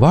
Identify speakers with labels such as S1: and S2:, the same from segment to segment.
S1: 瓦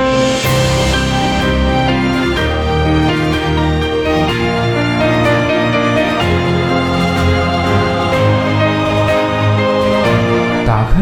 S1: 打开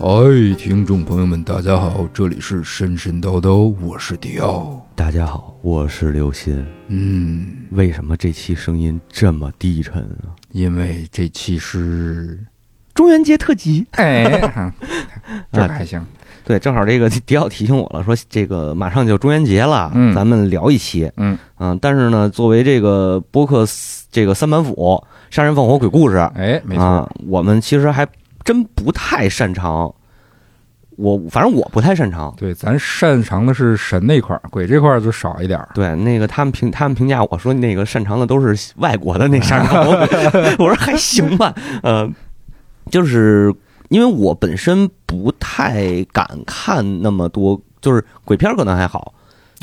S1: 嗨，哎听众朋友们，大家好，这里是神神叨叨，我是迪奥。
S2: 大家好，我是刘鑫。
S1: 嗯，
S2: 为什么这期声音这么低沉啊？
S1: 因为这期是，
S2: 中元节特辑。
S1: 哎，这个还行，
S2: 对，正好这个迪奥提醒我了，说这个马上就中元节了，
S1: 嗯
S2: 咱们聊一期。
S1: 嗯，
S2: 嗯、但是呢，作为这个播客四这个三板斧杀人放火鬼故事啊、
S1: 哎，没错，
S2: 我们其实还真不太擅长。我反正我不太擅长。
S1: 对，咱擅长的是神那块儿，鬼这块儿就少一点 儿。
S2: 对，那个他们评他们评价我说那个擅长的都是外国的那杀人放火鬼，我说 还行吧，呃，就是因为我本身不太敢看那么多，就是鬼片儿可能还好，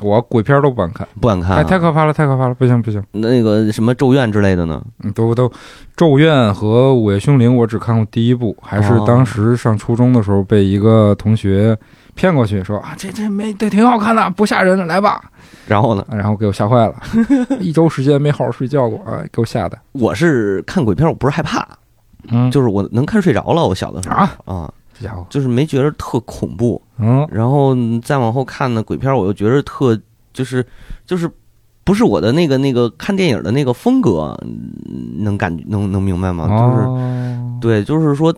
S1: 我鬼片儿都不敢看，
S2: 不敢看、啊
S1: 哎，太可怕了，太可怕了，不行不行。
S2: 那个什么《咒怨》之类的呢？
S1: 嗯，都都，《咒怨》和《午夜凶铃》我只看过第一部，还是
S2: 哦
S1: 当时上初中的时候被一个同学骗过去，说啊这这没这挺好看的，不吓人，来吧，
S2: 然后呢，
S1: 然后给我吓坏了， 一周时间没好好睡觉过啊，给我吓的，
S2: 我是看鬼片儿，我不是害怕，
S1: 嗯
S2: 就是我能看睡着了。我小的时候
S1: 啊
S2: 啊，
S1: 这家伙，
S2: 就是没觉得特恐怖。
S1: 嗯
S2: 然后再往后看呢，鬼片儿我又觉得特就是就是不是我的那个那个看电影的那个风格，嗯能感能能明白吗？啊就是、
S1: 哦
S2: 对，就是说，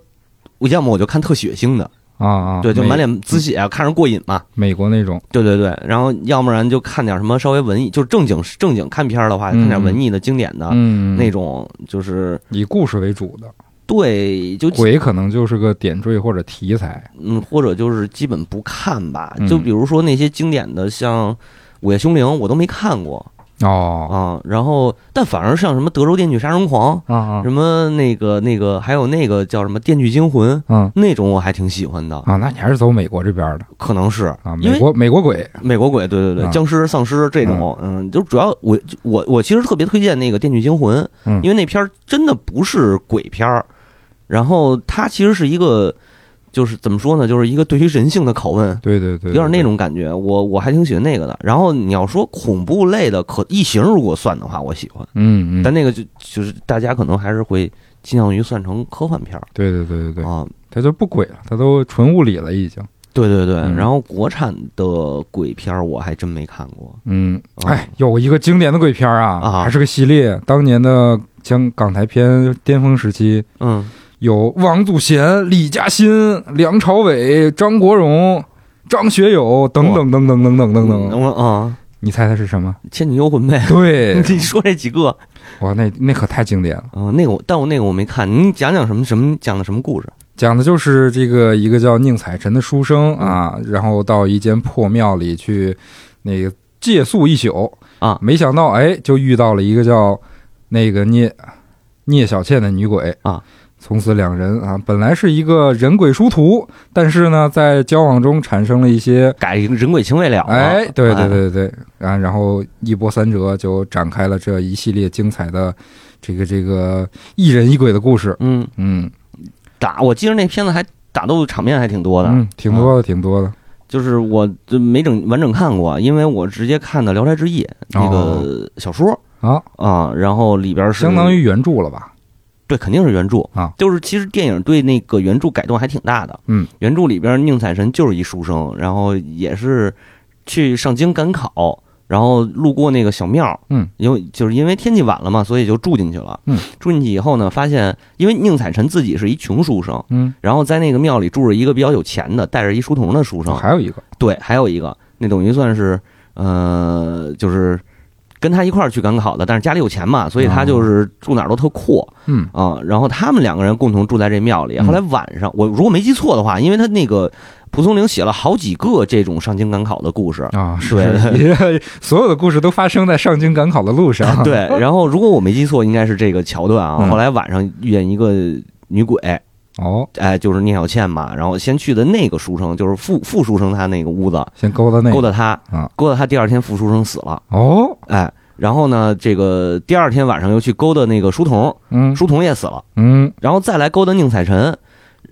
S2: 我要么我就看特血腥的，
S1: 啊啊，
S2: 对，就
S1: 美
S2: 满脸滋血，啊看着过瘾嘛。
S1: 美国那种，
S2: 对对对，然后要不然就看点什么稍微文艺，就是正经正经看片儿的话，
S1: 嗯
S2: 看点文艺的、经典的、
S1: 嗯，
S2: 啊那种，就是
S1: 以故事为主的
S2: 对，就
S1: 鬼可能就是个点缀或者题材，
S2: 嗯，或者就是基本不看吧
S1: 嗯。
S2: 就比如说那些经典的，像《午夜凶铃》，我都没看过
S1: 哦
S2: 啊。然后，但反而像什么《德州电锯杀人狂
S1: 啊啊》，
S2: 什么那个那个，还有那个叫什么《电锯惊魂》
S1: 嗯
S2: 那种，我还挺喜欢的，
S1: 啊，那你还是走美国这边儿的
S2: 可能是
S1: 啊，美
S2: 因为
S1: 国美国鬼，
S2: 美国鬼，对对对，
S1: 啊
S2: 僵尸、丧尸这种，嗯，就主要我我我其实特别推荐那个《电锯惊魂》，
S1: 嗯
S2: 因为那片儿真的不是鬼片儿，然后它其实是一个，就是怎么说呢，就是一个对于人性的拷问，
S1: 对对对，
S2: 有点
S1: 对
S2: 那种感觉。我我还挺喜欢那个的。然后你要说恐怖类的，可异形如果算的话，我喜欢，
S1: 嗯嗯，
S2: 但那个就就是大家可能还是会倾向于算成科幻片儿
S1: 对对对对对，
S2: 啊。
S1: 它就不鬼了，它都纯物理了已经。
S2: 对对对，
S1: 嗯
S2: 然后国产的鬼片儿我还真没看过
S1: 嗯，
S2: 哦
S1: 哎，有一个经典的鬼片啊，
S2: 啊
S1: 还是个系列，当年的将港台片巅峰时期，
S2: 嗯，
S1: 有王祖贤、李嘉欣、梁朝伟、张国荣、张学友等等等等等等等等，
S2: 我啊，
S1: 你猜猜是什么？
S2: 《倩女幽魂》呗。
S1: 对
S2: ，你说这几个，
S1: 哇，那那可太经典了。
S2: 嗯、那个我，但我那个我没看，你讲讲什么什么讲的什么故事？
S1: 讲的就是这个一个叫宁采臣的书生
S2: 嗯
S1: 啊，然后到一间破庙里去那个借宿一宿
S2: 啊
S1: 没想到哎，就遇到了一个叫那个聂聂小倩的女鬼
S2: 啊。
S1: 从此两人啊，本来是一个人鬼殊途，但是呢，在交往中产生了一些
S2: 改人鬼情未了啊。
S1: 哎，对对
S2: 哎，
S1: 对对，啊，然后一波三折就展开了这一系列精彩的这个这个一人一鬼的故事，
S2: 嗯，
S1: 嗯
S2: 打我记得那片子还打斗场面还挺多的，
S1: 嗯，挺多的，挺多的。
S2: 就是我就没整完整看过，因为我直接看的《聊斋志异》那个小说
S1: 啊
S2: 啊、然后里边是
S1: 相当于原著了吧？
S2: 对，肯定是原著
S1: 啊。
S2: 就是其实电影对那个原著改动还挺大的。
S1: 嗯，
S2: 原著里边宁采臣就是一书生，然后也是去上京赶考，然后路过那个小庙，
S1: 嗯，
S2: 因为就是因为天气晚了嘛，所以就住进去了。
S1: 嗯，
S2: 住进去以后呢，发现因为宁采臣自己是一穷书生，
S1: 嗯，
S2: 然后在那个庙里住着一个比较有钱的，带着一书童的书生，
S1: 哦还有一个，
S2: 对，还有一个那等于算是呃，就是跟他一块儿去赶考的，但是家里有钱嘛，所以
S1: 哦
S2: 他就是住哪儿都特阔
S1: 嗯
S2: 啊、然后他们两个人共同住在这庙里。
S1: 嗯
S2: 后来晚上，我如果没记错的话，因为他那个蒲松龄写了好几个这种上京赶考的故事。
S1: 啊，是
S2: 对
S1: 是你这所有的故事都发生在上京赶考的路上。
S2: 对，然后如果我没记错，应该是这个桥段啊。
S1: 嗯
S2: 后来晚上遇见一个女鬼，
S1: 哦，
S2: 哎，就是聂小倩嘛。然后先去的那个书生，就是副副书生他那个屋子，
S1: 先勾搭那
S2: 勾
S1: 个
S2: 搭他
S1: 啊，
S2: 勾搭他。第二天副书生死了，
S1: 哦，
S2: 哎，然后呢，这个第二天晚上又去勾搭那个书童，
S1: 嗯
S2: 书童也死了，
S1: 嗯，
S2: 然后再来勾搭宁采臣，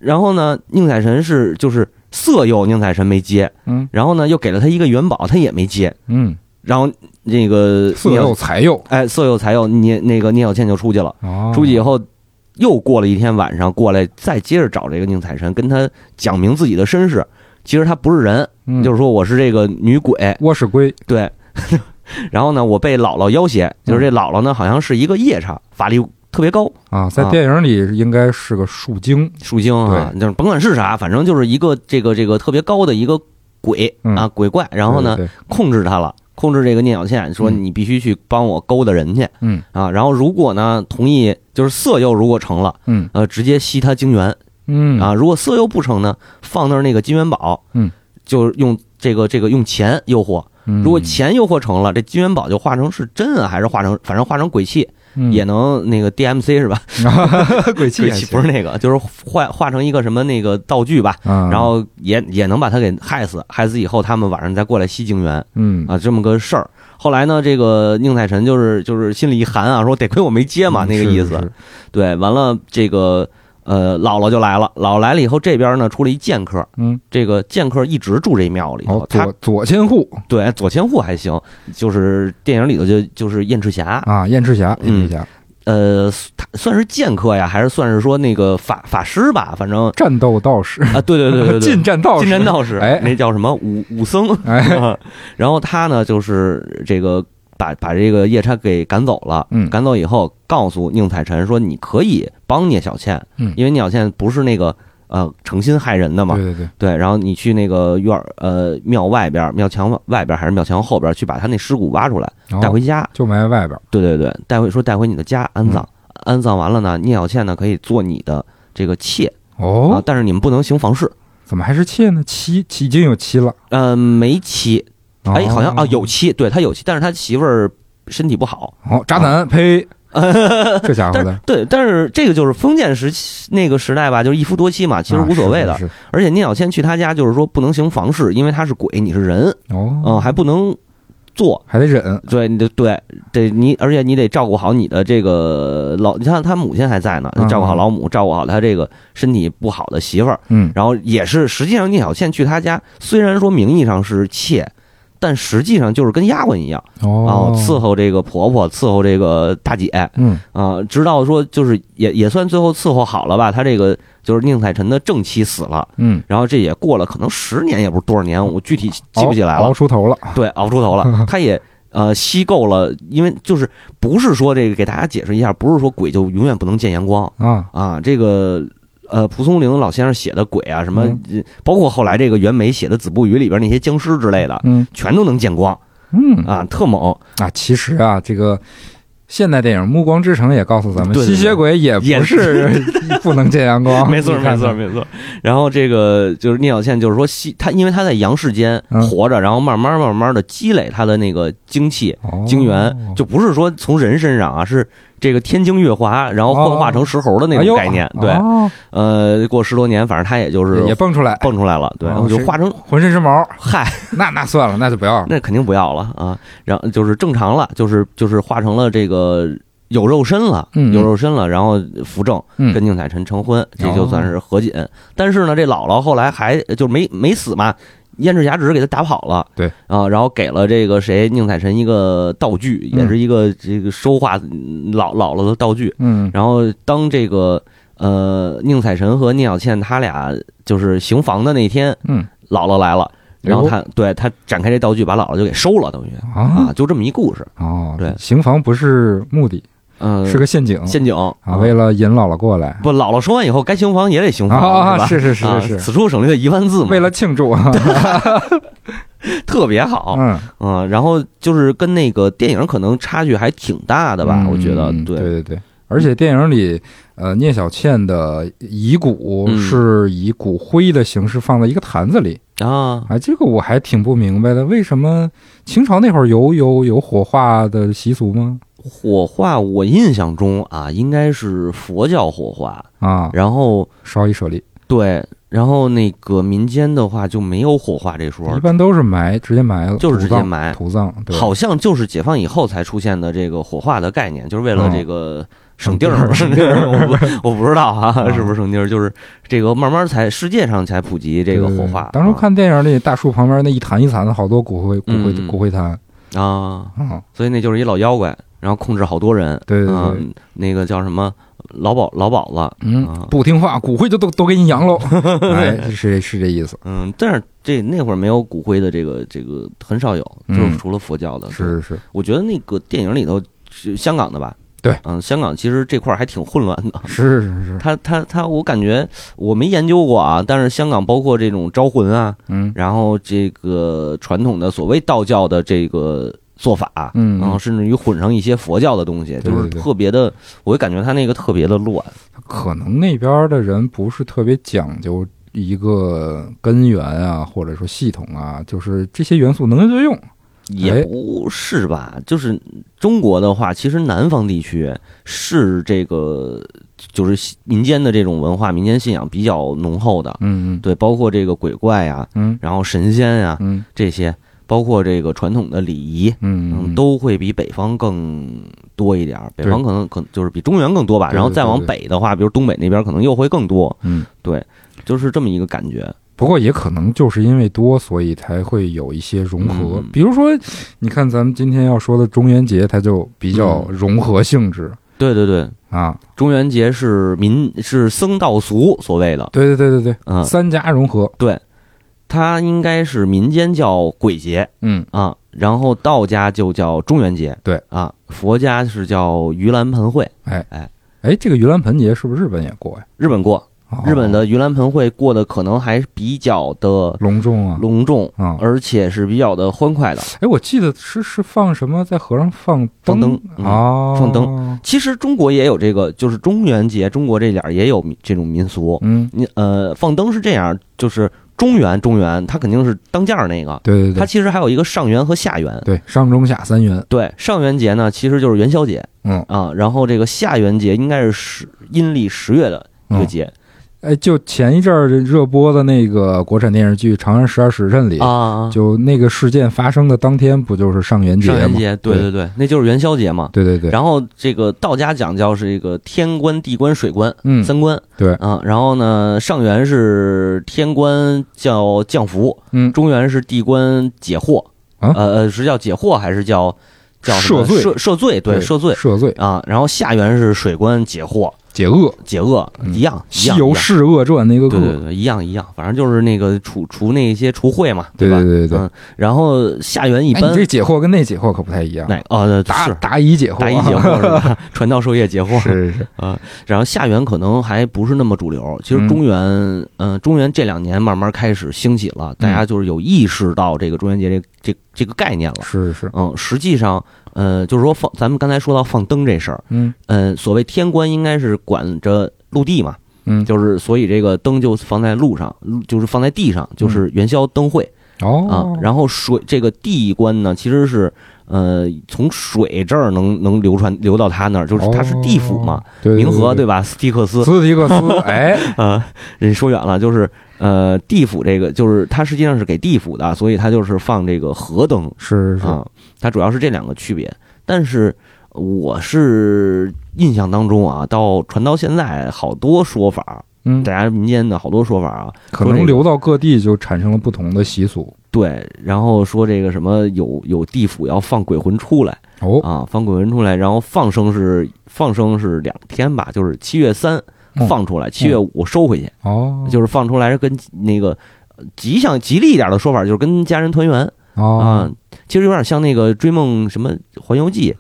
S2: 然后呢，宁采臣是就是色诱宁采臣没接，
S1: 嗯，
S2: 然后呢又给了他一个元宝，他也没接，
S1: 嗯，
S2: 然后那个
S1: 色
S2: 聂
S1: 诱财诱，
S2: 哎色诱才诱聂那个聂小倩就出去了，
S1: 哦，
S2: 出去以后。又过了一天晚上，过来再接着找这个宁采臣，跟他讲明自己的身世。其实他不是人，
S1: 嗯
S2: 就是说我是这个女鬼，
S1: 我是龟，
S2: 对， 然后呢，我被姥姥要挟，就是
S1: 嗯
S2: 这姥姥呢，好像是一个夜叉，法力特别高，
S1: 啊，在
S2: 啊
S1: 电影里应该是个树精，
S2: 树精啊，就是甭管是啥，反正就是一个这个这个特别高的一个鬼
S1: 嗯
S2: 啊，鬼怪。然后呢，
S1: 对，对
S2: 控制他了，控制这个聂小倩，说
S1: 嗯
S2: 你必须去帮我勾搭人去
S1: 嗯
S2: 啊。然后如果呢同意，就是色诱如果成了，
S1: 嗯
S2: 呃，直接吸他精元
S1: 嗯
S2: 啊；如果色诱不成呢，放那儿那个金元宝，
S1: 嗯，
S2: 就用这个这个用钱诱惑。
S1: 嗯
S2: 如果钱诱惑成了，这金元宝就化成是真啊，还是化成反正化成鬼气，
S1: 嗯
S2: 也能那个 DMC 是吧？
S1: 鬼气
S2: 鬼
S1: 也
S2: 气
S1: 行，
S2: 不是那个，就是化化成一个什么那个道具吧，
S1: 啊，
S2: 然后也也能把他给害死，害死以后他们晚上再过来吸精元
S1: 嗯
S2: 啊，这么个事儿。后来呢，这个宁采臣就是就是心里一寒啊，说得亏我没接嘛，
S1: 嗯
S2: 那个意
S1: 是
S2: 思。
S1: 是
S2: 对，完了这个呃姥姥就来了，姥姥来了以后，这边呢出了一剑客，
S1: 嗯，
S2: 这个剑客一直住这庙里头
S1: 哦，，
S2: 他
S1: 左左千户
S2: 对左千户还行，就是电影里头就就是燕赤霞，
S1: 啊，燕赤霞，燕赤
S2: 嗯
S1: 霞，
S2: 呃，他算是剑客呀，还是算是说那个法法师吧？反正
S1: 战斗道士，
S2: 啊，对 对对对对，
S1: 近战道士，
S2: 近战道士，
S1: 哎
S2: 那叫什么武武僧？ 啊
S1: 哎，
S2: 然后他呢，就是这个把把这个夜叉给赶走了。
S1: 嗯
S2: 赶走以后，告诉宁采臣说：“你可以帮聂小倩，
S1: 嗯
S2: 因为聂小倩不是那个呃诚心害人的嘛。
S1: 对对对，
S2: 对，然后你去那个院儿呃庙外边儿、庙墙外边儿还是庙墙后边儿去把他那尸骨挖出来，
S1: 然
S2: 带
S1: 后
S2: 回家。
S1: 哦就埋在外边，
S2: 对对对，带回说带回你的家
S1: 嗯
S2: 安葬，安葬完了呢，聂小倩呢可以做你的这个妾、啊
S1: 哦，，
S2: 但是你们不能行房事。
S1: 怎么还是妾呢？妻妻已经有妻了，
S2: 呃，没妻，哎，
S1: 哦
S2: 好像啊有妻，对他有妻，但是他媳妇儿身体不好。
S1: 哦，渣男， 呸，这家伙
S2: 啊但
S1: 的
S2: 是。对，但是这个就是封建时期那个时代吧，就是一夫多妻嘛，其实
S1: 啊
S2: 无所谓的。
S1: 是是
S2: 而且聂小倩去他家就是说不能行房事，因为他是鬼，你是人，
S1: 是哦，
S2: 嗯、还不能做。
S1: 还得忍，
S2: 对，你得对得你，而且你得照顾好你的这个老，你看他母亲还在呢，
S1: 嗯
S2: 照顾好老母，照顾好他这个身体不好的媳妇儿，
S1: 嗯，
S2: 然后也是实际上聂小倩去他家，虽然说名义上是妾，但实际上就是跟丫鬟一样啊，
S1: 哦，
S2: 伺候这个婆婆，伺候这个大姐啊，
S1: 嗯，
S2: 直到说就是也也算最后伺候好了吧，他这个就是宁采臣的正妻死了，
S1: 嗯
S2: 然后这也过了可能十年也不是多少年，我具体记不起来
S1: 熬
S2: 了
S1: 熬，出头了，
S2: 对，熬出头 了，他也呃吸够了，因为就是不是说这个给大家解释一下，不是说鬼就永远不能见阳光
S1: 啊，
S2: 啊，这个。呃，蒲松龄老先生写的鬼啊，什么
S1: 嗯，
S2: 呃包括后来这个袁枚写的《子不语》里边那些僵尸之类的，
S1: 嗯
S2: 全都能见光
S1: 嗯
S2: 啊，特猛，
S1: 啊，其实啊，这个现代电影《暮光之城》也告诉咱们，
S2: 对对
S1: 吸
S2: 对
S1: 血鬼也
S2: 也
S1: 不是 不能见阳光，
S2: 没错
S1: 啊你
S2: 没
S1: 看
S2: 错
S1: 看，
S2: 没错。然后这个就是聂小倩，就是说吸他，因为他在阳世间
S1: 嗯
S2: 活着，然后慢慢慢慢的积累他的那个精气，
S1: 哦
S2: 精元，就不是说从人身上啊，是这个天精月华，然后幻化成石猴的那
S1: 哎
S2: 种
S1: 呦
S2: 概念。对，
S1: 哦
S2: 呃，过十多年，反正他也就是
S1: 也也蹦出来，
S2: 蹦出来了，对，
S1: 哦
S2: 就是化成
S1: 浑身是毛，
S2: 嗨，
S1: 那那算了，那就不要了，
S2: 那肯定不要了啊。然后就是正常了，就是就是化成了这个有肉身了，
S1: 嗯
S2: 有肉身了，然后扶正
S1: 嗯哦
S2: 跟宁采臣成婚，这就算是和解。但是呢，这姥姥后来还就没没死嘛。燕赤霞只是给他打跑了，
S1: 对
S2: 啊，然后给了这个谁宁采臣一个道具，
S1: 嗯
S2: 也是一个这个收化嗯姥姥姥的道具。
S1: 嗯
S2: 然后当这个呃宁采臣和聂小倩他俩就是行房的那天，
S1: 嗯，
S2: 姥姥来了，然后他对他展开这道具，把姥姥就给收了，等于
S1: 啊
S2: 啊，就这么一故事。
S1: 哦，
S2: 对
S1: 刑房不是目的，
S2: 嗯，
S1: 是个陷阱
S2: 陷阱
S1: 啊，为了引姥姥过来
S2: 不，姥姥说完以后，该刑房也得刑
S1: 啊
S2: 房，，吧？
S1: 是是是
S2: 啊
S1: 是是，
S2: 此处省略一万字嘛，
S1: 为了庆 祝，
S2: 特别好。
S1: 嗯，
S2: 嗯，然后就是跟那个电影可能差距还挺大的吧，
S1: 嗯
S2: 我觉得
S1: 对
S2: 对，
S1: 对对。而且电影里，呃，聂小倩的遗骨
S2: 嗯
S1: 是以骨灰的形式放在一个坛子里
S2: 啊，
S1: 啊，这个我还挺不明白的，为什么清朝那会儿有有有火化的习俗吗？
S2: 火化我印象中啊，应该是佛教火化，
S1: 啊，
S2: 然后
S1: 烧一舍利，
S2: 对，然后那个民间的话就没有火化这说
S1: 一，般都是埋，直接埋了，
S2: 就是直接
S1: 土葬
S2: 埋
S1: 土葬。对，
S2: 好像就是解放以后才出现的这个火化的概念，就是为了这个省地
S1: 嗯
S2: 儿，
S1: 省
S2: 省
S1: 地
S2: 地
S1: 儿
S2: 儿， 我不我不知道啊，
S1: 嗯
S2: 是不是省地儿，就是这个慢慢才世界上才普及这个
S1: 对
S2: 火化。啊
S1: 当初看电影里，大树旁边那一坛一坛的好多骨灰，骨灰
S2: 嗯
S1: 骨灰坛
S2: 啊啊，
S1: 啊，
S2: 所以那就是一老妖怪，然后控制好多人，
S1: 对对对
S2: 嗯，那个叫什么老鸨老鸨子，
S1: 嗯
S2: 啊，
S1: 不听话，骨灰就都都给你扬 喽，哎，是是这意思，
S2: 嗯，但是这那会儿没有骨灰的这个这个很少有，就
S1: 嗯
S2: 是除了佛教的，
S1: 是是，
S2: 我觉得那个电影里头是香港的吧，
S1: 对，
S2: 嗯，香港其实这块儿还挺混乱的，
S1: 是是是，
S2: 他他他，我感觉我没研究过啊，但是香港包括这种招魂啊，
S1: 嗯
S2: 然后这个传统的所谓道教的这个做法，啊
S1: 嗯
S2: 然后甚至于混上一些佛教的东西，
S1: 对
S2: 就是
S1: 对对
S2: 特别的，我会感觉他那个特别的乱，
S1: 可能那边的人不是特别讲究一个根源啊，或者说系统啊，就是这些元素能用就用，哎
S2: 也不是吧？就是中国的话，其实南方地区是这个就是民间的这种文化、民间信仰比较浓厚的，
S1: 嗯
S2: 对，包括这个鬼怪呀、
S1: 嗯
S2: 然后神仙呀、
S1: 嗯
S2: 这些，包括这个传统的礼仪，
S1: 嗯嗯，
S2: 都会比北方更多一点儿。北
S1: 对
S2: 方可能可能就是比中原更多吧，
S1: 对对
S2: 然后再往
S1: 对
S2: 北的话，比如东北那边可能又会更多。
S1: 嗯。
S2: 对，就是这么一个感觉。
S1: 不过也可能就是因为多，所以才会有一些融合。
S2: 嗯
S1: 比如说，你看咱们今天要说的中元节，它就比较融合性质、
S2: 对对对，
S1: 啊。
S2: 中元节是民是僧道俗所谓的，
S1: 对对对对对，
S2: 嗯，
S1: 三家融合。
S2: 它应该是民间叫鬼节
S1: 嗯
S2: 啊，然后道家就叫中元节，
S1: 对
S2: 啊，佛家是叫盂兰盆会，
S1: 哎，这个盂兰盆节是不是日本也过呀？
S2: 日本过，
S1: 哦
S2: 日本的盂兰盆会过得可能还比较的
S1: 隆重啊
S2: 隆重，
S1: 啊！
S2: 而且是比较的欢快的。
S1: 哎，我记得是是放什么，在河上放灯
S2: 放灯嗯
S1: 啊，
S2: 放灯。其实中国也有这个，就是中元节，中国这点儿也有民这种民俗。
S1: 嗯，
S2: 你呃，放灯是这样，就是中元，中元它肯定是当间儿那个，
S1: 对对
S2: 它
S1: 对
S2: 其实还有一个上元和下元。
S1: 对，上中下三元。
S2: 对，上元节呢其实就是元宵节，
S1: 嗯
S2: 啊，然后这个下元节应该是十阴历十月的一个节、
S1: 哎，就前一阵儿热播的那个国产电视剧《长安十二时辰》里，
S2: 啊，
S1: 嗯就那个事件发生的当天，不就是上元节
S2: 上
S1: 吗？
S2: 元节，对对对，那就是元宵节嘛。
S1: 对对对，
S2: 然后这个道家讲叫是这个天官、地官、水官
S1: 嗯，
S2: 三官
S1: 对，
S2: 啊，然后呢上元是天官叫降福，
S1: 嗯
S2: 中元是地官解惑，
S1: 啊
S2: 呃呃是叫解惑还是叫叫什么
S1: 赦罪
S2: 赦赦罪？对，
S1: 对
S2: 赦罪
S1: 赦罪、
S2: 啊。然后下元是水官解惑
S1: 解厄，《
S2: 解厄，
S1: 嗯
S2: 一样一
S1: 西
S2: 样一
S1: 游
S2: 样。
S1: 释厄传》那个
S2: 对对
S1: 厄，
S2: 对，一样一样，反正就是那个除除那些除秽嘛，
S1: 对
S2: 吧？
S1: 对对对。
S2: 嗯然后下元一
S1: 哎，
S2: 般
S1: 你这解惑跟那解惑可不太一样，
S2: 哪哦
S1: 答
S2: 是
S1: 答疑解惑，
S2: 答疑 解惑是吧？传道授业解惑
S1: 是是 是，
S2: 啊，然后下元可能还不是那么主流。其实中原，嗯、中原这两年慢慢开始兴起了，
S1: 嗯
S2: 大家就是有意识到这个中元节这这这个概念了。
S1: 是是，
S2: 嗯，实际上，呃，就是说放，咱们刚才说到放灯这事儿，
S1: 嗯
S2: 嗯，所谓天官应该是管着陆地嘛，
S1: 嗯，
S2: 就是所以这个灯就放在路上，路就是放在地上，就是元宵灯会啊
S1: 嗯哦。，
S2: 然后水这个地官呢，其实是呃从水这儿能能流传流到他那儿，就是他是地府嘛，
S1: 哦，对
S2: 冥河对
S1: 对
S2: 吧？斯蒂克 斯
S1: 斯提克 斯，哎，
S2: 啊，人说远了，就是呃，地府这个就是它实际上是给地府的，所以它就是放这个河灯
S1: 是是是，
S2: 啊，它主要是这两个区别。但是我是印象当中啊，到传到现在，好多说法，
S1: 嗯
S2: 大，家民间的好多说法啊，
S1: 可
S2: 说这
S1: 能
S2: 个
S1: 流到各地就产生了不同的习俗
S2: 对，然后说这个什么有有地府要放鬼魂出来
S1: 哦，
S2: 啊，放鬼魂出来，然后放生是放生是两天吧，就是七月三
S1: 嗯
S2: 放出来，七月五收回去。
S1: 哦，
S2: 就是放出来是跟那个呃吉祥吉利一点的说法就是跟家人团圆啊
S1: 哦，，
S2: 其实有点像那个追梦什么环游记，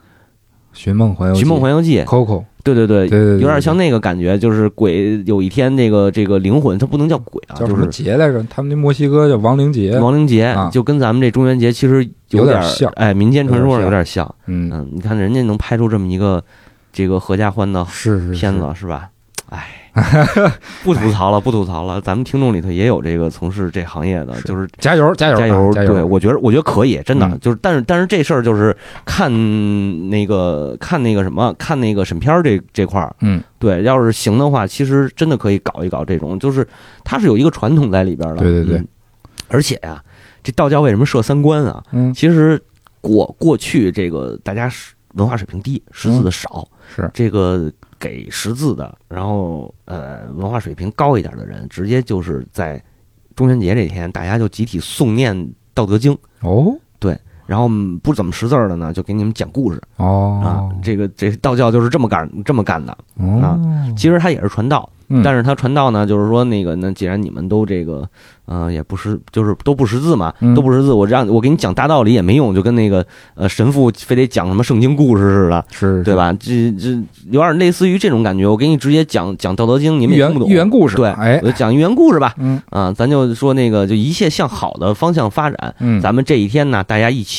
S1: 寻梦环游记，
S2: 寻梦环游记，
S1: Coco，
S2: 对对
S1: 对，
S2: 对
S1: 对对，
S2: 有点像那个感觉，就是鬼有一天那个这个灵魂，它不能叫鬼啊，
S1: 叫什
S2: 就
S1: 么
S2: 是
S1: 节来着？他们那墨西哥叫亡灵节，
S2: 亡灵节
S1: 啊，
S2: 就跟咱们这中元节其实
S1: 有
S2: 点
S1: 点像
S2: 哎，民间传说上
S1: 有
S2: 有
S1: 点
S2: 点像。
S1: 嗯，
S2: 嗯，你看人家能拍出这么一个这个合家欢的
S1: 是是是
S2: 片子是吧？ 哎，不吐槽了，不吐槽了。咱们听众里头也有这个从事这行业的，
S1: 是
S2: 就是
S1: 加油加油
S2: 加
S1: 油
S2: 油！
S1: 加
S2: 对，我觉得我觉得可以，真的、
S1: 嗯
S2: 就是，但是但是这事儿就是看那个看那个什么，看那个审片儿这这块儿，
S1: 嗯，
S2: 对，要是行的话，其实真的可以搞一搞这种，就是它是有一个传统在里边的，
S1: 对对对
S2: 嗯而且呀、这道教为什么设三观啊？
S1: 嗯
S2: 其实过过去这个大家是文化水平低，识字的少，
S1: 嗯是
S2: 这个给识字的，然后呃文化水平高一点的人，直接就是在中元节这天，大家就集体诵念《道德经》，
S1: 哦
S2: 然后嗯不怎么识字儿的呢，就给你们讲故事啊
S1: 哦。
S2: 这个这道教就是这么干这么干的，
S1: 哦，
S2: 其实它也是传道，
S1: 嗯
S2: 啊但是它传道呢，就是说那个那既然你们都这个，嗯、也不识，就是都不识字嘛，
S1: 嗯
S2: 都不识字，我让我给你讲大道理也没用，就跟那个呃神父非得讲什么圣经故事似的，
S1: 是是
S2: 对吧？这这有点类似于这种感觉，我给你直接讲讲《道德经》，你们
S1: 寓
S2: 也
S1: 言
S2: 听不懂。
S1: 寓言故事，
S2: 对，
S1: 哎
S2: 我，就讲寓言故事吧。
S1: 嗯
S2: 啊，咱就说那个，就一切向好的方向发展。
S1: 嗯，
S2: 咱们这一天呢，大家一起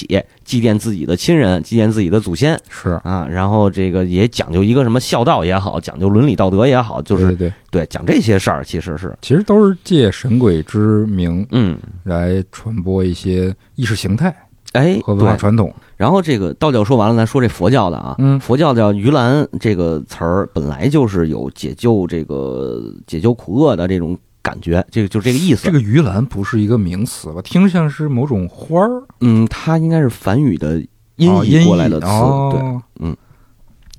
S2: 祭奠自己的亲人，祭奠自己的祖先，
S1: 是
S2: 啊，然后这个也讲究一个什么孝道也好，讲究伦理道德也好，就是
S1: 对对，对
S2: 对讲这些事儿，其实是
S1: 其实都是借神鬼之名
S2: 嗯，
S1: 来传播一些意识形态
S2: 哎，
S1: 和文化
S2: 对。
S1: 传统。
S2: 然后这个道教说完了，咱说这佛教的啊，
S1: 嗯
S2: 佛教叫盂兰这个词儿，本来就是有解救这个解救苦厄的这种感觉，这个就这个意思。
S1: 这个盂兰不是一个名词吧？听着像是某种花儿
S2: 嗯，它应该是梵语的音
S1: 哦
S2: 译过来的词，对。
S1: 哦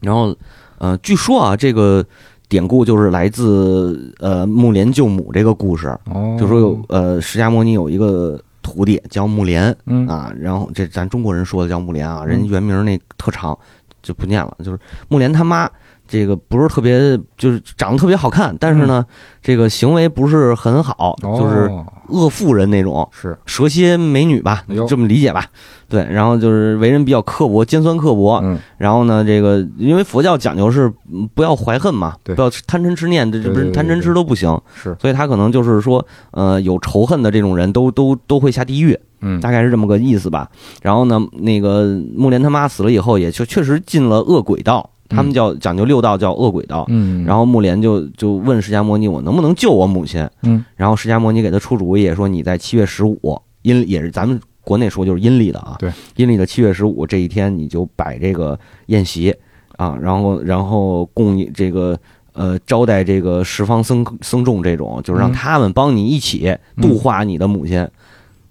S2: 然后，呃，据说啊，这个典故就是来自呃木莲救母这个故事，
S1: 哦，
S2: 就说有呃释迦牟尼有一个徒弟叫木莲
S1: 嗯
S2: 啊，然后这咱中国人说的叫木莲啊，
S1: 嗯
S2: 人原名那特长就不念了，就是木莲他妈。这个不是特别，就是长得特别好看，但是呢，这个行为不是很好，就是
S1: 嗯哦
S2: 恶妇人那种
S1: 是
S2: 蛇蝎美女吧
S1: 哎呦，
S2: 这么理解吧？对，然后就是为人比较刻薄，尖酸刻薄，
S1: 嗯
S2: 然后呢，这个因为佛教讲究是嗯不要怀恨嘛，
S1: 对
S2: 不要贪嗔痴念，这这不
S1: 对对
S2: 是
S1: 对
S2: 贪嗔痴都不行，
S1: 是
S2: 所以他可能就是说，呃，有仇恨的这种人都都都会下地狱，
S1: 嗯
S2: 大概是这么个意思吧。然后呢，那个木莲他妈死了以后，也就确实进了恶鬼道，他们叫讲究六道叫恶鬼道。
S1: 嗯，
S2: 然
S1: 后
S2: 后木莲就就问释迦摩尼，我能不能救我母亲？
S1: 嗯，
S2: 然后释迦摩尼给他出主意，说你在七月十五阴也是咱们国内说就是阴历的啊，
S1: 对，
S2: 阴历的七月十五这一天你就摆这个宴席啊，然后然后供你这个呃招待这个十方僧僧众这种，就是让
S1: 嗯
S2: 他们帮你一起度化你的母亲，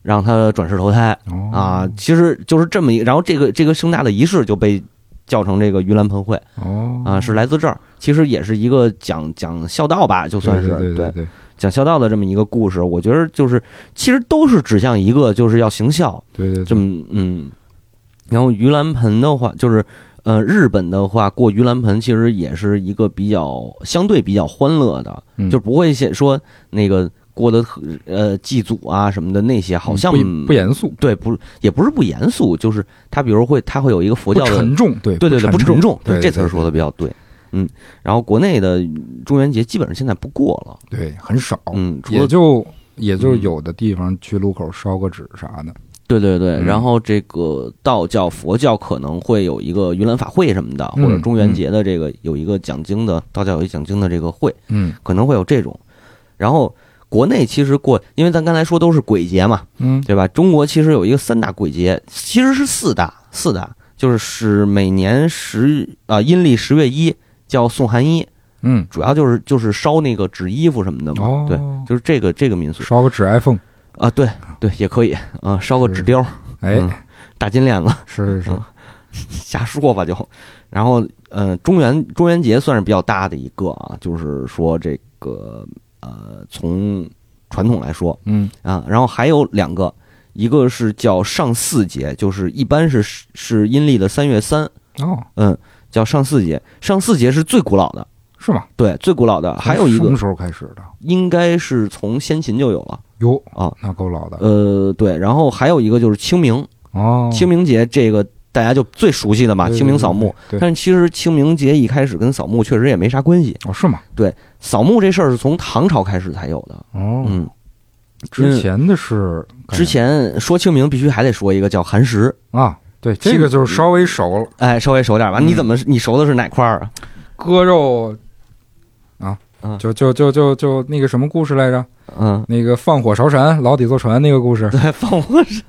S2: 让她转世投胎
S1: 哦
S2: 啊，其实就是这么一，然后这个这个盛大的仪式就被叫成这个盂兰盆会。
S1: 哦
S2: 啊，是来自这儿，其实也是一个讲讲孝道吧，就
S1: 对
S2: 算是
S1: 对对对，
S2: 讲孝道的这么一个故事。我觉得就是其实都是指向一个，就是要行孝，
S1: 对对
S2: 这
S1: 么
S2: 么嗯。然后盂兰盆的话，就是呃，日本的话过盂兰盆其实也是一个比较相对比较欢乐的，
S1: 嗯
S2: 就不会写说那个过得特呃祭祖啊什么的那些，好像
S1: 不不严肃，
S2: 对不也不是不严肃，就是他比如会他会有一个佛
S1: 不
S2: 教的
S1: 沉重，对
S2: 对对对，不沉重，
S1: 对
S2: 这词儿说的比较对。嗯，然后国内的中元节基本上现在不过了，
S1: 对很少，
S2: 嗯，
S1: 哦
S2: 除
S1: 也
S2: 了
S1: 就也就
S2: 嗯
S1: 有的地方去路口烧个纸啥的，
S2: 对对对，
S1: 嗯
S2: 然后这个道教、佛教可能会有一个盂兰法会什么的，
S1: 嗯
S2: 或者中元节的这个有一个讲经的，道教有一讲经的这个会，
S1: 嗯
S2: 可能会有这种。然后国内其实过，因为咱刚才说都是鬼节嘛，
S1: 嗯
S2: 对吧？中国其实有一个三大鬼节，其实是四大，四大就是是每年十啊、阴历十月一叫送寒衣，
S1: 嗯
S2: 主要就是就是烧那个纸衣服什么的嘛，
S1: 哦
S2: 嗯对，就是这个这个民俗
S1: 烧个纸 iPhone，
S2: 啊，对对也可以啊，烧个纸雕儿、
S1: 哎
S2: 嗯大金链子，
S1: 是是是
S2: 嗯瞎说吧就。然后呃，中元中元节算是比较大的一个啊，就是说这个呃，从传统来说
S1: 嗯
S2: 啊，然后还有两个，一个是叫上巳节，就是一般是是阴历的三月三，
S1: 哦
S2: 嗯，叫上巳节，上巳节是最古老的。
S1: 是吗？
S2: 对，最古老的还有一
S1: 从什
S2: 个
S1: 么时候开始的？
S2: 应该是从先秦就有了。
S1: 哟
S2: 哦，
S1: 那够老的
S2: 呃，对，然后还有一个就是清明，
S1: 哦，
S2: 清明节这个大家就最熟悉的嘛，
S1: 对
S2: 清明扫墓。，
S1: 对对对
S2: 但其实清明节一开始跟扫墓确实也没啥关系，
S1: 对哦是吗？
S2: 扫墓这事儿是从唐朝开始才有的。
S1: 哦，
S2: 嗯，
S1: 之前的是
S2: 之前说清明必须还得说一个叫寒食，
S1: 啊，对，这
S2: 清嗯
S1: 个就是稍微熟了，
S2: 哎，稍微熟点吧。
S1: 嗯
S2: 你怎么你熟的是哪块儿啊？
S1: 割肉啊
S2: 啊，
S1: 就就就就就那个什么故事来着？
S2: 嗯，
S1: 那个放火烧山，老底坐船那个故事，
S2: 对，放火是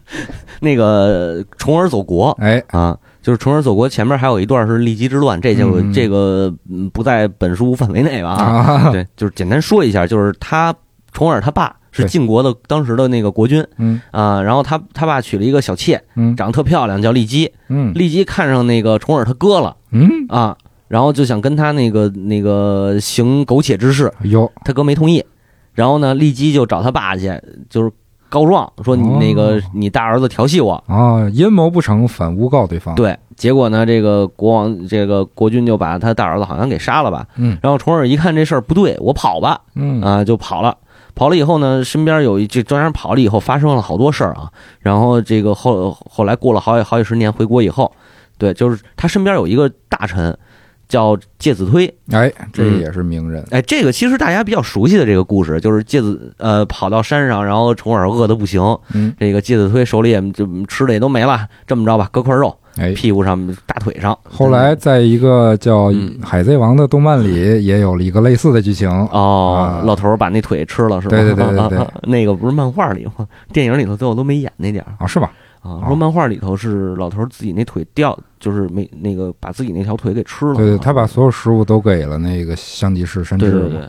S2: 那个重耳走国
S1: 哎，
S2: 啊。就是《重耳走国》前面还有一段是骊姬之乱，这就、
S1: 嗯
S2: 这个嗯不在本书范围内吧？
S1: 啊，
S2: 对，就是简单说一下，就是他重耳他爸是
S1: 对
S2: 晋国的当时的那个国君
S1: 嗯
S2: 啊、然后他他爸娶了一个小妾，
S1: 嗯
S2: 长得特漂亮，叫骊姬。
S1: 嗯
S2: 骊姬看上那个重耳他哥了
S1: 嗯，
S2: 啊，然后就想跟他那个那个行苟且之事，
S1: 有
S2: 他哥没同意。然后呢，骊姬就找他爸去，就是告状说你
S1: 哦
S2: 那个、你大儿子调戏我。
S1: 啊，阴谋不成反诬告对方，，
S2: 对，结果呢，这个国王这个国君就把他大儿子好像给杀了吧。
S1: 嗯
S2: 然后重耳一看这事儿不对，我跑吧。
S1: 嗯
S2: 啊，就跑了。跑了以后呢，身边有一这当然跑了以后发生了好多事儿啊。然后这个后后来过了好几好几十年，回国以后，对，就是他身边有一个大臣叫介子推，
S1: 哎，这
S2: 嗯
S1: 也是名人，
S2: 哎，这个其实大家比较熟悉的这个故事，就是介子呃跑到山上，然后重耳饿的不行，
S1: 嗯，
S2: 这个介子推手里也就吃的也都没了，这么着吧，割块肉，
S1: 哎，
S2: 屁股上、大腿上。
S1: 后来在一个叫
S2: 嗯
S1: 《海贼王》的动漫里也有了一个类似的剧情，
S2: 哦
S1: 啊，
S2: 老头儿把那腿吃了是吧？
S1: 对对对对对
S2: 那个不是漫画里吗？电影里头最后都没演那点儿。
S1: 啊，是吧？
S2: 啊，
S1: 啊
S2: 说漫画里头是老头儿自己那腿掉，就是没那个把自己那条腿给吃了。
S1: 对对，他把所有食物都给了那个香吉士山
S2: 对哦对
S1: 治
S2: 对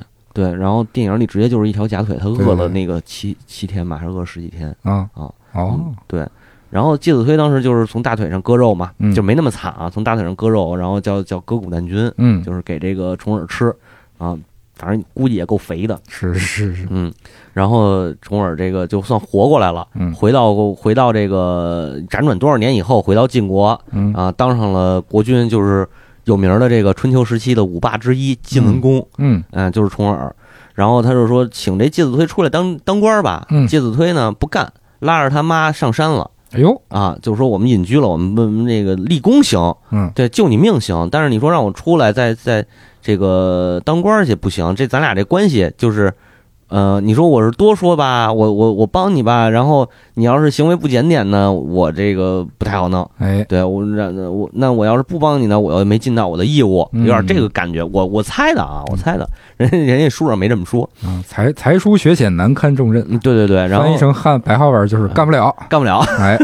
S2: 对，然后电影里直接就是一条假腿，他
S1: 对
S2: 饿
S1: 对
S2: 了
S1: 对
S2: 那个七七天吧，还是饿十几天。
S1: 啊
S2: 哦
S1: 哦，
S2: 对，然后介子推当时就是从大腿上割肉嘛，
S1: 嗯
S2: 就没那么惨啊，从大腿上割肉，然后叫叫割骨难菌，
S1: 嗯，
S2: 就是给这个重耳吃啊，反正估计也够肥的，
S1: 是是是，
S2: 嗯，然后重耳这个就算活过来了。
S1: 嗯
S2: 回到回到这个辗转多少年以后，回到晋国，
S1: 嗯
S2: 啊，当上了国君，就是有名儿的这个春秋时期的五霸之一晋文公，
S1: 嗯
S2: 嗯、就是重耳。然后他就说，请这介子推出来当当官儿吧。
S1: 嗯
S2: 介子推呢不干，拉着他妈上山了
S1: 哎呦，
S2: 啊，就是说我们隐居了，我们我们那个立功行，
S1: 嗯
S2: 对，救你命行，但是你说让我出来再再这个当官儿去不行，这咱俩这关系就是。呃，你说我是多说吧，我我我帮你吧，然后你要是行为不检点呢，我这个不太好弄。
S1: 哎
S2: 对我让我那我要是不帮你呢，我又没尽到我的义务，有点
S1: 嗯
S2: 这个感觉。我我猜的啊，我猜的，人家人家书上没这么说。
S1: 啊，才才疏学浅，难堪重任，
S2: 嗯，对对对，然
S1: 翻译
S2: 后嗯
S1: 成汉白话文就是干不了，
S2: 干不了，
S1: 哎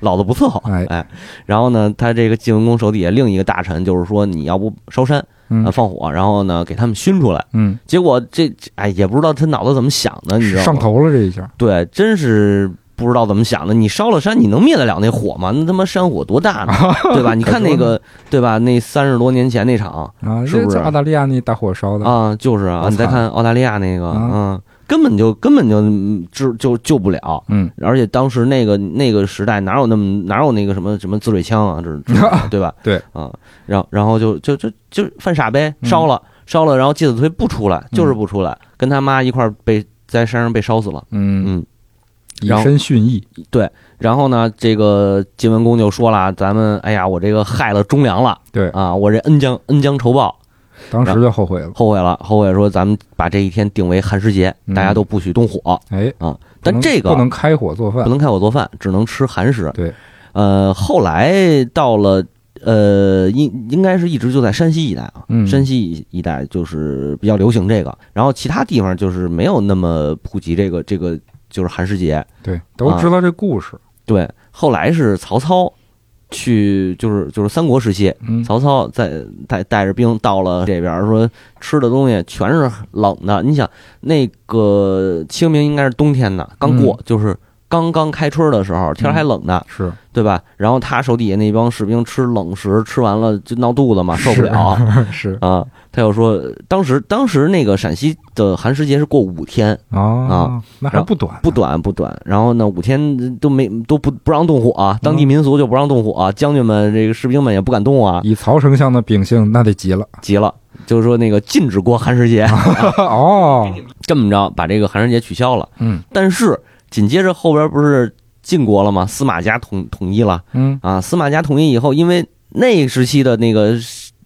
S2: 老子不伺候。
S1: 哎
S2: 哎，然后呢，他这个晋文公手底下另一个大臣就是说，你要不烧山啊、
S1: 嗯
S2: 放火，然后呢给他们熏出来。
S1: 嗯，
S2: 结果这这哎也不知道他脑子怎么想的，你知道吗？
S1: 上头了这一下，
S2: 对，真是不知道怎么想的。你烧了山，你能灭得了那火吗？那他妈山火多 大呢，对吧？你看那个，对吧？那三十多年前那场。
S1: 啊，
S2: 是不是
S1: 这澳大利亚那大火烧的？
S2: 啊，就是啊，
S1: 我
S2: 你再
S1: 操
S2: 看澳大利亚那个，
S1: 啊
S2: 嗯，根本就根本就嗯治就救不了，
S1: 嗯，
S2: 而且当时那个那个时代哪有那么哪有那个什么什么自水枪啊，这这对吧？
S1: 对
S2: 啊，然后然后就就就就犯傻呗，
S1: 嗯
S2: 烧了烧了，然后介子推不出来，就是不出来，跟他妈一块儿被在山上被烧死了。
S1: 嗯，
S2: 嗯，
S1: 以
S2: 然后
S1: 身殉义，
S2: 然后呢，这个晋文公就说了，咱们哎呀，我这个害了忠良了
S1: 对，
S2: 啊，我这恩将恩将仇报，
S1: 当时就后悔了，
S2: 后悔了，后悔说咱们把这一天定为寒食节，
S1: 嗯
S2: 大家都不许动火。
S1: 哎，不
S2: 但
S1: 能
S2: 这个
S1: 不能开火做饭
S2: 不，能开火做饭，只能吃寒食。
S1: 对，
S2: 呃，后来到了呃，应应该是一直就在山西一带啊，
S1: 嗯
S2: 山西一带就是比较流行这个，然后其他地方就是没有那么普及这个这个就是寒食节。
S1: 对，都知道这故事，
S2: 对，后来是曹操去，就是就是三国时期，
S1: 嗯，
S2: 曹操在带带着兵到了这边儿，说吃的东西全是冷的。你想，那个清明应该是冬天呢，刚过，就是刚刚开春的时候，天儿还冷呢，
S1: 是
S2: 对吧？然后他手底下那帮士兵吃冷食，吃完了就闹肚子嘛，受不了啊、
S1: 是
S2: 他又说，当时当时那个陕西的寒食节是过五天，
S1: 哦，那还不短呢
S2: 啊不短不短。然后呢，五天都没都不不让动火、啊当地民俗就不让动火、啊将军们这个士兵们也不敢动啊，
S1: 以曹丞相的秉性，那得 急了。
S2: 急了，就是说那个禁止过寒食节，
S1: 啊哦，
S2: 这么着把这个寒食节取消了。
S1: 嗯
S2: 但是紧接着后边不是晋国了吗？司马家统统一了
S1: 嗯，
S2: 啊！司马家统一以后，因为那时期的那个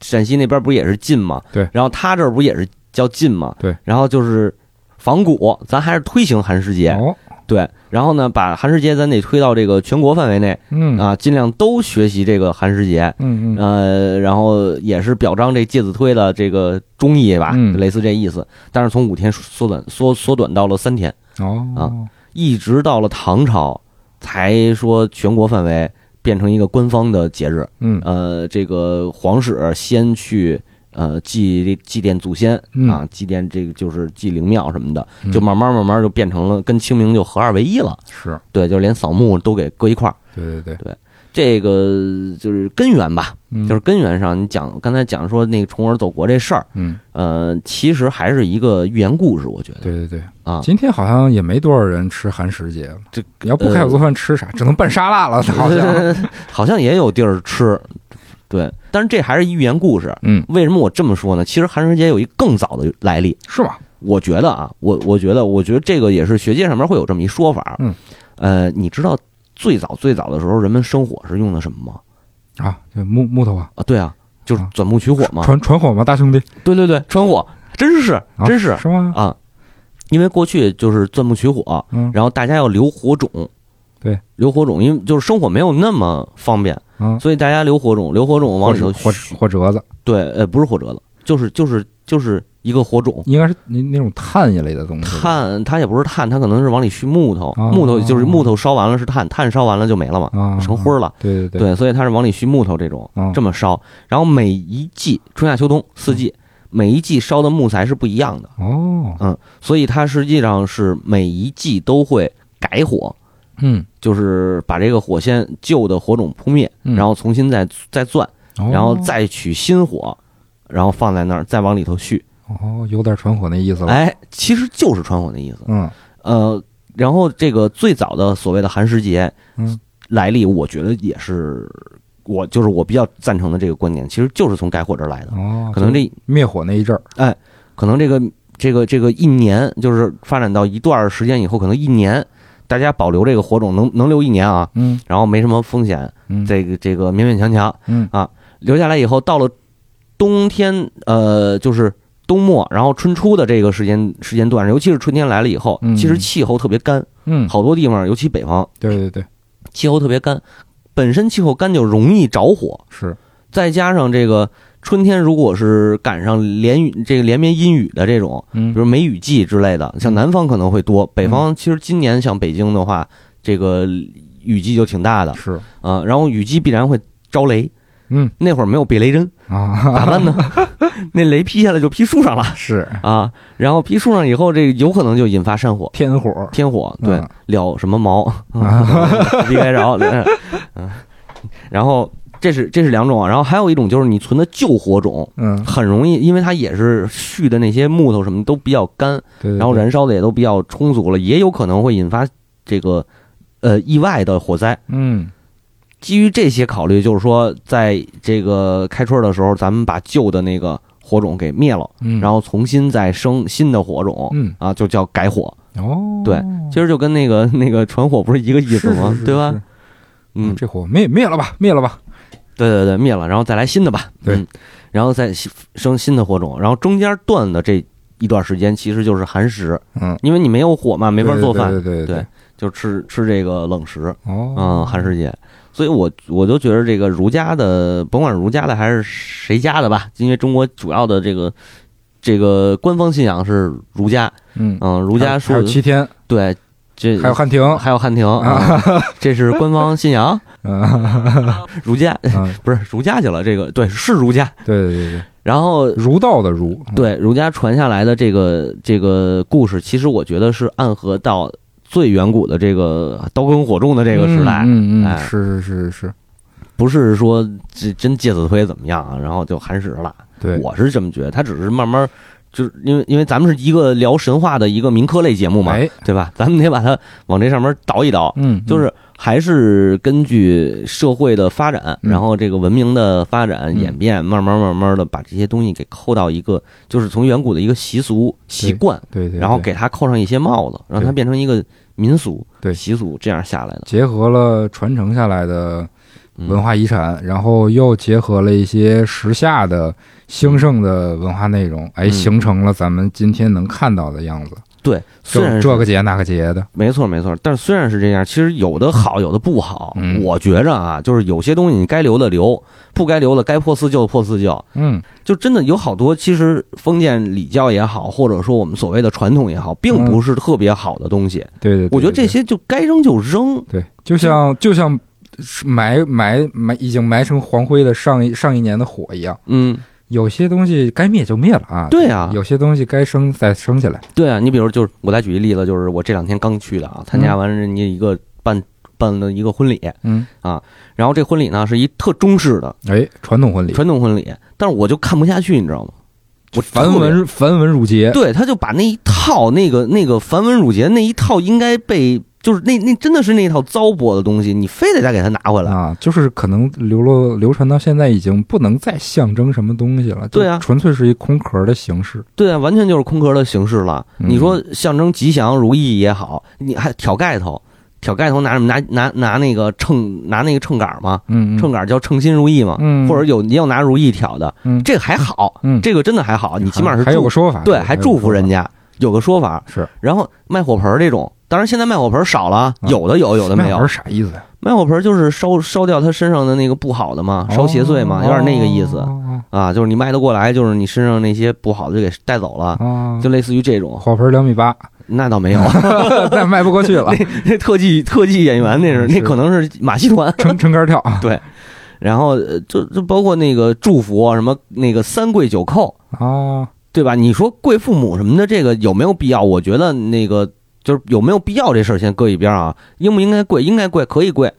S2: 陕西那边不也是晋嘛？
S1: 对
S2: 然后他这儿不也是叫晋嘛？
S1: 对。
S2: 然后就是仿古，咱还是推行寒食节，
S1: 哦，
S2: 对。然后呢，把寒食节咱得推到这个全国范围内
S1: 嗯，
S2: 啊，尽量都学习这个寒食节。
S1: 嗯嗯
S2: 呃，然后也是表彰这介子推的这个忠义吧，
S1: 嗯
S2: 类似这意思。但是从五天缩短缩缩短到了三天。啊
S1: 哦，
S2: 一直到了唐朝，才说全国范围变成一个官方的节日。
S1: 嗯
S2: 呃，这个皇室先去呃祭祭奠祖先
S1: 嗯
S2: 啊，祭奠这个就是祭灵庙什么的，
S1: 嗯
S2: 就慢慢慢慢就变成了跟清明就合二为一了。
S1: 是，
S2: 对，就连扫墓都给搁一块儿。
S1: 对对对，
S2: 这个就是根源吧，
S1: 嗯
S2: 就是根源上，你讲刚才讲说那个重耳走国这事儿，
S1: 嗯，
S2: 呃，其实还是一个寓言故事，我觉得
S1: 对对对。
S2: 啊，
S1: 今天好像也没多少人吃寒食节了，
S2: 这
S1: 你要不开
S2: 呃
S1: 口做饭吃啥？只能拌沙 拉了，好像。
S2: 好像也有地儿吃，对，但是这还是寓言故事。
S1: 嗯，
S2: 为什么我这么说呢？其实寒食节有一个更早的来历，
S1: 是吗？
S2: 我觉得啊，我我觉得，我觉得这个也是学界上面会有这么一说法。
S1: 嗯，
S2: 呃，你知道最早最早的时候，人们生火是用的什么吗？
S1: 啊，这木木头啊，
S2: 啊，对啊，就是
S1: 啊
S2: 钻木取火嘛。
S1: 传传火吗，大兄弟？
S2: 对对对，穿火，真是
S1: 啊
S2: 真是
S1: 是吗？
S2: 啊，因为过去就是钻木取火，
S1: 嗯
S2: 然后大家要留火种，
S1: 对，
S2: 留火种，因为就是生火没有那么方便，
S1: 嗯，
S2: 所以大家留火种，留火种
S1: 火
S2: 往里头
S1: 折火
S2: 续
S1: 火折子，
S2: 对，呃，不是火折子，就是就是就是一个火种。
S1: 应该是那那种炭一类的东西。，
S2: 炭它也不是炭，它可能是往里续木头，
S1: 嗯哦
S2: 木头就是木头烧完了是炭，炭烧完了就没了嘛，
S1: 啊，
S2: 成灰儿了。
S1: 对对对，
S2: 对，所以它是往里续木头这种
S1: 嗯
S2: 这么烧。然后每一季春夏秋冬四季，
S1: 嗯
S2: 每一季烧的木材是不一样的，
S1: 哦，
S2: 所以它实际上是每一季都会改火，
S1: 嗯，
S2: 就是把这个火先旧的火种扑灭，
S1: 嗯
S2: 然后重新再再钻，
S1: 哦
S2: 然后再取新火，然后放在那儿再往里头续。
S1: 哦，有点传火那意思了。
S2: 哎，其实就是传火的意思。
S1: 嗯
S2: 呃，然后这个最早的所谓的寒食节，
S1: 嗯，
S2: 来历我觉得也是我就是我比较赞成的这个观点，其实就是从改火这儿来的。
S1: 哦，
S2: 可能这
S1: 灭火那一阵儿，
S2: 可能这个这个这个一年，就是发展到一段时间以后，可能一年大家保留这个火种能能留一年啊，
S1: 嗯
S2: 然后没什么风险，
S1: 嗯，
S2: 这个这个勉勉强强
S1: 嗯
S2: 留下来以后，到了冬天，呃，就是。冬末，然后春初的这个时间时间段，尤其是春天来了以后，
S1: 嗯
S2: 其实气候特别干，
S1: 嗯，
S2: 好多地方，尤其北方，
S1: 对对对，
S2: 气候特别干，本身气候干就容易着火，
S1: 是，
S2: 再加上这个春天如果是赶上连雨这个连绵阴雨的这种，
S1: 嗯
S2: 比如梅雨季之类的，像南方可能会多，北方其实今年像北京的话，这个雨季就挺大的
S1: 是
S2: 啊，然后雨季必然会招雷，
S1: 嗯
S2: 那会儿没有避雷针，
S1: 啊，
S2: 咋办呢？ 那雷劈下来就劈树上了
S1: 是
S2: 啊，然后劈树上以后，这个有可能就引发山火。
S1: 天火儿
S2: 天火，对
S1: 嗯，啊
S2: 燎什么毛， 避开着，嗯，嗯然后这是这是两种啊，然后还有一种就是你存的旧火种，
S1: 嗯，
S2: 很容易，因为它也是蓄的那些木头什么都比较干，
S1: 对，对
S2: 然后
S1: 对
S2: 燃烧的也都比较充足了，也有可能会引发这个呃意外的火灾。
S1: 嗯
S2: 基于这些考虑，就是说，在这个开春的时候，咱们把旧的那个火种给灭了，
S1: 嗯，
S2: 然后重新再生新的火种，
S1: 嗯
S2: 啊，就叫改火。
S1: 哦，
S2: 对其实就跟那个那个传火不是一个意
S1: 是
S2: 思吗？
S1: 是是
S2: 对吧
S1: 是？
S2: 嗯，
S1: 这火灭灭了吧，灭了吧，
S2: 对对对，灭了，然后再来新的吧。
S1: 对
S2: 嗯，然后再新生新的火种，然后中间断的这一段时间其实就是寒食，
S1: 嗯，
S2: 因为你没有火嘛，没法
S1: 对
S2: 做饭，
S1: 对对对
S2: 对，就吃吃这个冷食，
S1: 哦，
S2: 嗯，寒食节。所以我我就觉得这个儒家的，甭管是儒家的还是谁家的吧，因为中国主要的这个这个官方信仰是儒家，
S1: 嗯，
S2: 嗯，儒家
S1: 还有还
S2: 说
S1: 有七天，
S2: 对这
S1: 还有汉庭，
S2: 还有汉庭， 啊，这是官方信仰，
S1: 嗯，
S2: 儒家
S1: 嗯
S2: 不是儒家去了，这个对是儒家。
S1: 对对对对，
S2: 然后
S1: 儒道的儒，
S2: 对儒家传下来的这个这个故事，其实我觉得是暗合到最远古的这个刀耕火种的这个时代，
S1: 嗯嗯嗯，
S2: 哎
S1: 是是是是，
S2: 不是说这真介子推怎么样啊，然后就寒食了。
S1: 对，
S2: 我是这么觉得，他只是慢慢就是因为因为咱们是一个聊神话的一个民科类节目嘛，
S1: 哎，
S2: 对吧？咱们得把它往这上面倒一倒，
S1: 嗯，
S2: 就是还是根据社会的发展，
S1: 嗯
S2: 然后这个文明的发展
S1: 嗯
S2: 演变，慢慢慢慢的把这些东西给扣到一个，就是从远古的一个习俗习惯，
S1: 嗯对对对，
S2: 然后给它扣上一些帽子，让它
S1: 对
S2: 变成一个民俗
S1: 对
S2: 习俗，这样下来的。
S1: 结合了传承下来的
S2: 嗯
S1: 文化遗产，然后又结合了一些时下的兴盛的文化内容，哎，
S2: 嗯
S1: 形成了咱们今天能看到的样子。
S2: 对，虽然
S1: 这
S2: 是
S1: 这个节那个节的，
S2: 没错没错，但是虽然是这样，其实有的好，有的不好。
S1: 嗯
S2: 我觉着啊，就是有些东西你该留的留，不该留的该破四旧的破四旧。
S1: 嗯，
S2: 就真的有好多，其实封建礼教也好，或者说我们所谓的传统也好，并不是特别好的东西。
S1: 嗯对对对
S2: 我觉得这
S1: 对
S2: 些就该扔就扔。
S1: 对，就像就像埋埋埋已经埋成黄灰的上一上一年的火一样，
S2: 嗯，
S1: 有些东西该灭就灭了啊。
S2: 对啊
S1: 有些东西该升再升起来。
S2: 对啊，你比如就是我再举一例子，就是我这两天刚去的啊，参加完人家一个办办了一个婚礼，
S1: 嗯，
S2: 然后这婚礼呢是一特中式的
S1: 哎，传统婚礼，
S2: 传统婚礼，但是我就看不下去，你知道吗？我
S1: 繁
S2: 特别
S1: 文繁文缛节。
S2: 对，他就把那一套那个那个繁文缛节那一套应该被就是那那真的是那一套糟粕的东西，你非得再给他拿回来。
S1: 啊，就是可能流落流传到现在，已经不能再象征什么东西了，就
S2: 对啊
S1: 纯粹是一空壳的形式。
S2: 对啊，完全就是空壳的形式了。
S1: 嗯
S2: 你说象征吉祥如意也好，你还挑盖头，挑盖头拿什么？拿拿拿那个秤，拿那个秤杆儿吗？
S1: 嗯，嗯
S2: 秤杆儿叫称心如意嘛，
S1: 嗯，
S2: 或者有也有拿如意挑的，
S1: 嗯
S2: 这个还好，
S1: 嗯，
S2: 这个真的还好，你起码是
S1: 还有
S2: 祝
S1: 个说法，
S2: 对，还祝福人
S1: 家。
S2: 家有个说法
S1: 是。
S2: 然后卖火盆儿这种，当然现在卖火盆儿少了，
S1: 啊
S2: 有的有，有的没有
S1: 那会儿。啥意思呀？
S2: 卖火盆儿就是烧烧掉他身上的那个不好的嘛，烧邪祟嘛，有点那个意思
S1: 哦
S2: 啊，就是你卖得过来，就是你身上那些不好的就给带走了
S1: 哦，哦，
S2: 啊就类似于这种。
S1: 火盆两米 八，
S2: 那倒没有，
S1: 那迈不过去了，
S2: 那特技特技演员那是
S1: 嗯是
S2: 那可能是马戏团。
S1: 撑撑杆跳。啊
S2: 然后呃就就包括那个祝福啊什么那个三跪九叩，
S1: 哦，
S2: 对吧？你说跪父母什么的，这个有没有必要？我觉得那个就是有没有必要这事儿先搁一边啊，应不应该跪？应该跪，可以跪，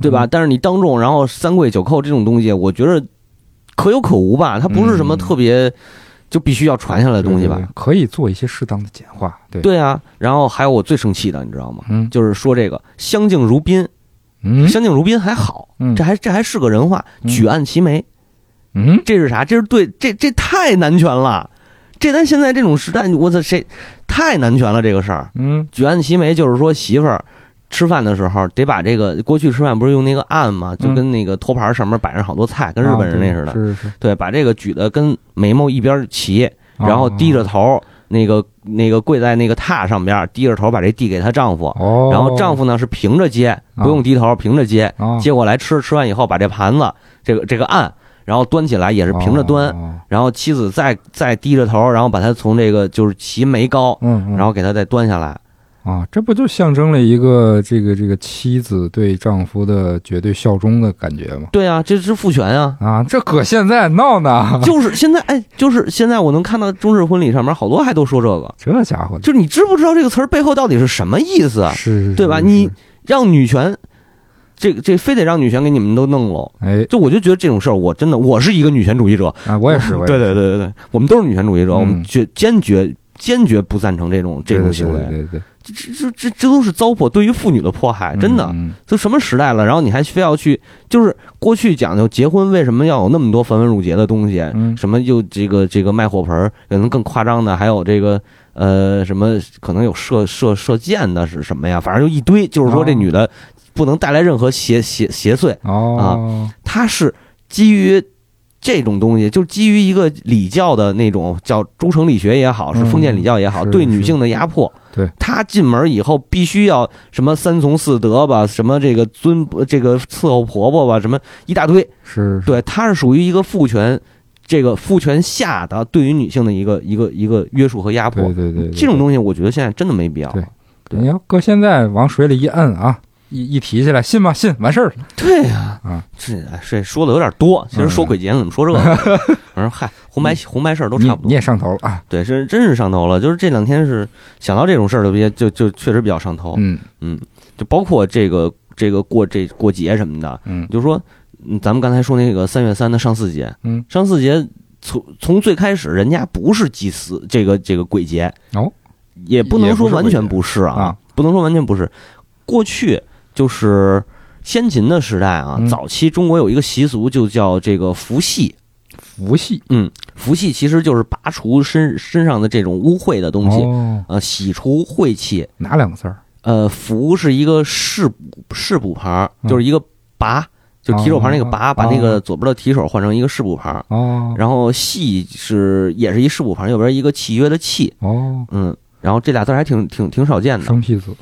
S2: 对吧？
S1: 嗯
S2: 但是你当众然后三跪九叩这种东西，我觉得可有可无吧，它不是什么
S1: 嗯
S2: 特别就必须要传下来的东西吧？
S1: 对，对对可以做一些适当的简化。对，
S2: 对啊，然后还有我最生气的，你知道吗？
S1: 嗯
S2: 就是说这个相敬如宾，
S1: 嗯
S2: 相敬如宾还好，
S1: 嗯
S2: 这还这还是个人话，
S1: 嗯
S2: 举案齐眉，
S1: 嗯，
S2: 这是啥？这是对，这这太男权了。这咱现在这种时代，我操，谁太男权了这个事儿。
S1: 嗯
S2: 举案齐眉就是说媳妇儿吃饭的时候得把这个过去吃饭不是用那个案吗？就跟那个托盘上面摆上好多菜，跟日本人那似
S1: 嗯啊
S2: 的。
S1: 对是是，
S2: 对，把这个举的跟眉毛一边齐，然后
S1: 哦
S2: 低着头，那个那个跪在那个榻上边，低着头把这递给她丈夫。
S1: 哦，啊
S2: 然后丈夫呢是平着接，不用低头，平着接。
S1: 哦
S2: 接过来吃，吃完以后把这盘子这个这个案，然后端起来也是平着端，
S1: 哦哦
S2: 然后妻子再再低着头，然后把它从这个就是齐眉高，
S1: 嗯，嗯
S2: 然后给它再端下来。
S1: 啊，这不就象征了一个这个这个妻子对丈夫的绝对效忠的感觉吗？。
S2: 对啊，这是父权啊
S1: 啊，这搁现在闹呢，
S2: 就是现在，哎，就是现在，我能看到中式婚礼上面好多还都说这个，
S1: 这家伙
S2: 就是你知不知道这个词儿背后到底是什么意思啊？
S1: 是是
S2: 对吧
S1: 是
S2: 你
S1: 是
S2: 让女权，这这非得让女权给你们都弄喽？
S1: 哎
S2: 就我就觉得这种事儿，我真的我是一个女权主义者，
S1: 啊，我也是，我 也
S2: 对
S1: 是
S2: 对对对对，我们都是女权主义者，
S1: 嗯
S2: 我们绝坚决坚决不赞成这种这
S1: 对
S2: 种
S1: 对
S2: 行
S1: 对
S2: 为，
S1: 对对，
S2: 这这这这这都是糟粕，对于妇女的迫害，
S1: 嗯
S2: 哎真的。
S1: 嗯
S2: 都什么时代了，然后你还非要去，就是过去讲究结婚为什么要有那么多繁文缛节的东西，
S1: 嗯
S2: 什么又这个这个卖火盆儿，可能更夸张的还有这个呃什么可能有射射射箭的是什么呀，反正就一堆，就是说这
S1: 哦
S2: 女的不能带来任何邪邪邪祟，
S1: 哦
S2: 它是基于这种东西，就是基于一个礼教的那种叫忠诚理学也好，是
S1: 嗯
S2: 封建礼教也好，
S1: 是
S2: 对女性的压迫。
S1: 对，
S2: 她进门以后必须要什么三从四德吧，什么这个尊这个伺候婆婆吧，什么一大堆。
S1: 是是
S2: 对，它是属于一个父权。这个父权下的对于女性的一个一个一个约束和压迫
S1: 对，对对，对
S2: 这种东西我觉得现在真的没必要。
S1: 对你要搁现在往水里一摁啊，一一提起来，信吗？信，完事儿了。
S2: 对呀、
S1: 嗯
S2: 这这哎说的有点多。其实说鬼节怎么说这个？我说嗨，红白红白事儿都
S1: 你
S2: 差不多
S1: 你。也上头了啊。
S2: 对，是真是上头了。就是这两天是想到这种事儿就别就就确实比较上头，
S1: 嗯
S2: 就包括这个这个过这过节什么的，
S1: 嗯
S2: 就说嗯咱们刚才说那个三月三的上巳节，
S1: 嗯，
S2: 上巳节从从最开始人家不是祭祀这个这个鬼节
S1: 哦，
S2: 也不能说完全不是
S1: 也不是鬼
S2: 啊，
S1: 节啊
S2: 不能说完全不是。过去就是先秦的时代啊，
S1: 嗯
S2: 早期中国有一个习俗就叫这个伏羲，
S1: 福系
S2: 嗯，伏羲其实就是拔除身身上的这种污秽的东西，
S1: 哦，
S2: 呃，洗除晦气。
S1: 哪两个字儿？
S2: 呃，伏是一个士士补牌儿，
S1: 嗯
S2: 就是一个拔，就是提手旁那个拔，
S1: 哦
S2: 把那个左边的提手换成一个士补牌儿。
S1: 哦
S2: 然后系是也是一士补牌儿，右边一个契约的契，
S1: 哦，
S2: 嗯。然后这俩字儿还挺挺挺少见的。
S1: 生僻字。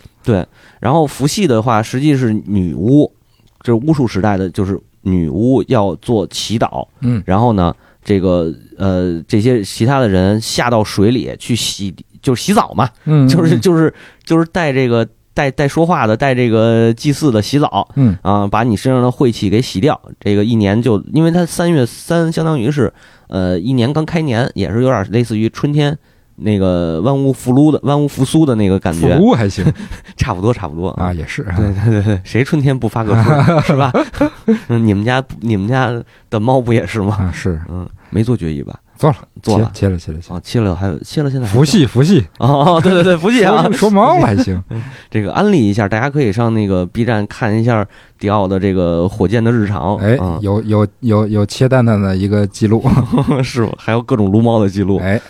S2: 然后伏羲的话，实际是女巫，这是巫术时代的，就是女巫要做祈祷，
S1: 嗯
S2: 然后呢，这个呃，这些其他的人下到水里去洗，就是洗澡嘛，
S1: 嗯，
S2: 就是就是就是带这个带带说话的，带这个祭祀的洗澡
S1: 嗯
S2: 啊，把你身上的晦气给洗掉。这个一年就，因为它三月三，相当于是呃一年刚开年，也是有点类似于春天那个万物复苏的万物复苏的那个感
S1: 服
S2: 觉，
S1: 务还行
S2: 差不多差不多
S1: 啊，。也是啊
S2: 对对对对，谁春天不发个春 是吧？嗯你们家你们家的猫不也是吗？
S1: 啊，是
S2: 嗯，没做决议吧？
S1: 做了
S2: 做了
S1: 切切了切了切了。
S2: 哦，切了还有切了，现在还
S1: 福系福系，
S2: 哦，对 对对，不
S1: 说
S2: 谢啊。
S1: 说忙了还行。
S2: 这个安利一下，大家可以上那个 B 站看一下迪奥的这个火箭的日常，
S1: 哎，
S2: 嗯，
S1: 有有有有切蛋蛋的一个记录。
S2: 是吧还有各种撸猫的记录，
S1: 哎，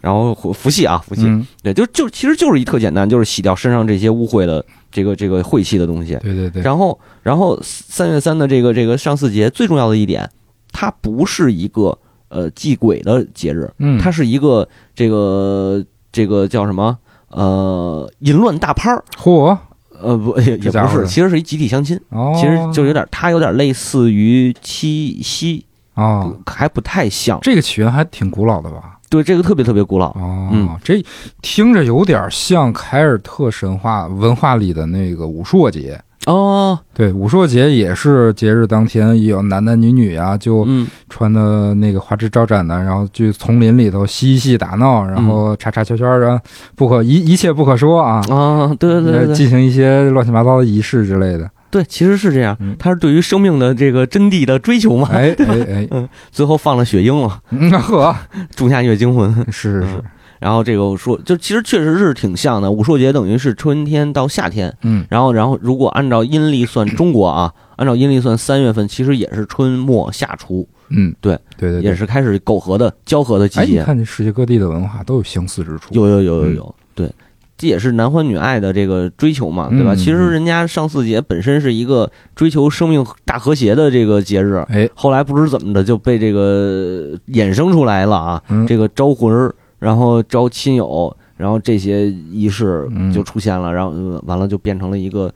S2: 然后火伏羲啊，伏羲，
S1: 嗯，
S2: 对，就就其实就是一特简单，就是洗掉身上这些污秽的这个这个晦气的东西。
S1: 对对对，
S2: 哎然后，然后三月三的这个这个上巳节最重要的一点，它不是一个呃祭鬼的节日，
S1: 嗯，
S2: 它是一个这个这个叫什么呃淫乱大拍儿，
S1: 嚯，
S2: 呃不也也
S1: 这家
S2: 不
S1: 伙
S2: 是，
S1: 的
S2: 其实是一集体相亲，
S1: 哦，
S2: 其实就有点它有点类似于七夕，
S1: 哦，
S2: 还不太像，
S1: 这个起源还挺古老的吧？
S2: 对这个特别特别古老，
S1: 哦，
S2: 嗯
S1: 这听着有点像凯尔特神话文化里的那个武朔节。
S2: 哦，
S1: 对，武朔节也是节日当天，有男男女女啊，就
S2: 嗯
S1: 穿的那个花枝招展的，然后去丛林里头嬉戏打
S2: 嗯
S1: 闹，然后叉叉圈圈啊，不可一一切不可说啊，
S2: 啊，对对对对对
S1: 进行一些乱七八糟的仪式之 类的。
S2: 对，其实是这样
S1: 嗯，
S2: 它是对于生命的这个真谛的追求嘛，
S1: 哎哎哎，
S2: 最后放了雪鹰了，
S1: 嗯 呵，
S2: 种下月经魂。
S1: 是是是，
S2: 然后这个我说，就其实确实是挺像的。武朔节等于是春天到夏天，
S1: 嗯
S2: 然后然后如果按照阴历算中国啊，按照阴历算三月份，其实也是春末夏初，
S1: 嗯，
S2: 对
S1: 对对
S2: 也
S1: 对。
S2: 是开始苟合的交合的季
S1: 哎，你
S2: 节。
S1: 看这世界各地的文化都有相似之处。
S2: 有有有有有，对，这也是男欢女爱的这个追求嘛，对吧？
S1: 嗯
S2: 其实人家上巳节本身是一个追求生命大和谐的这个节日，
S1: 哎，
S2: 后来不知怎么的就被这个衍生出来了啊，
S1: 嗯
S2: 这个招魂儿，然后招亲友，然后这些仪式
S1: 嗯
S2: 就出现了，然后呃完了就变成了一个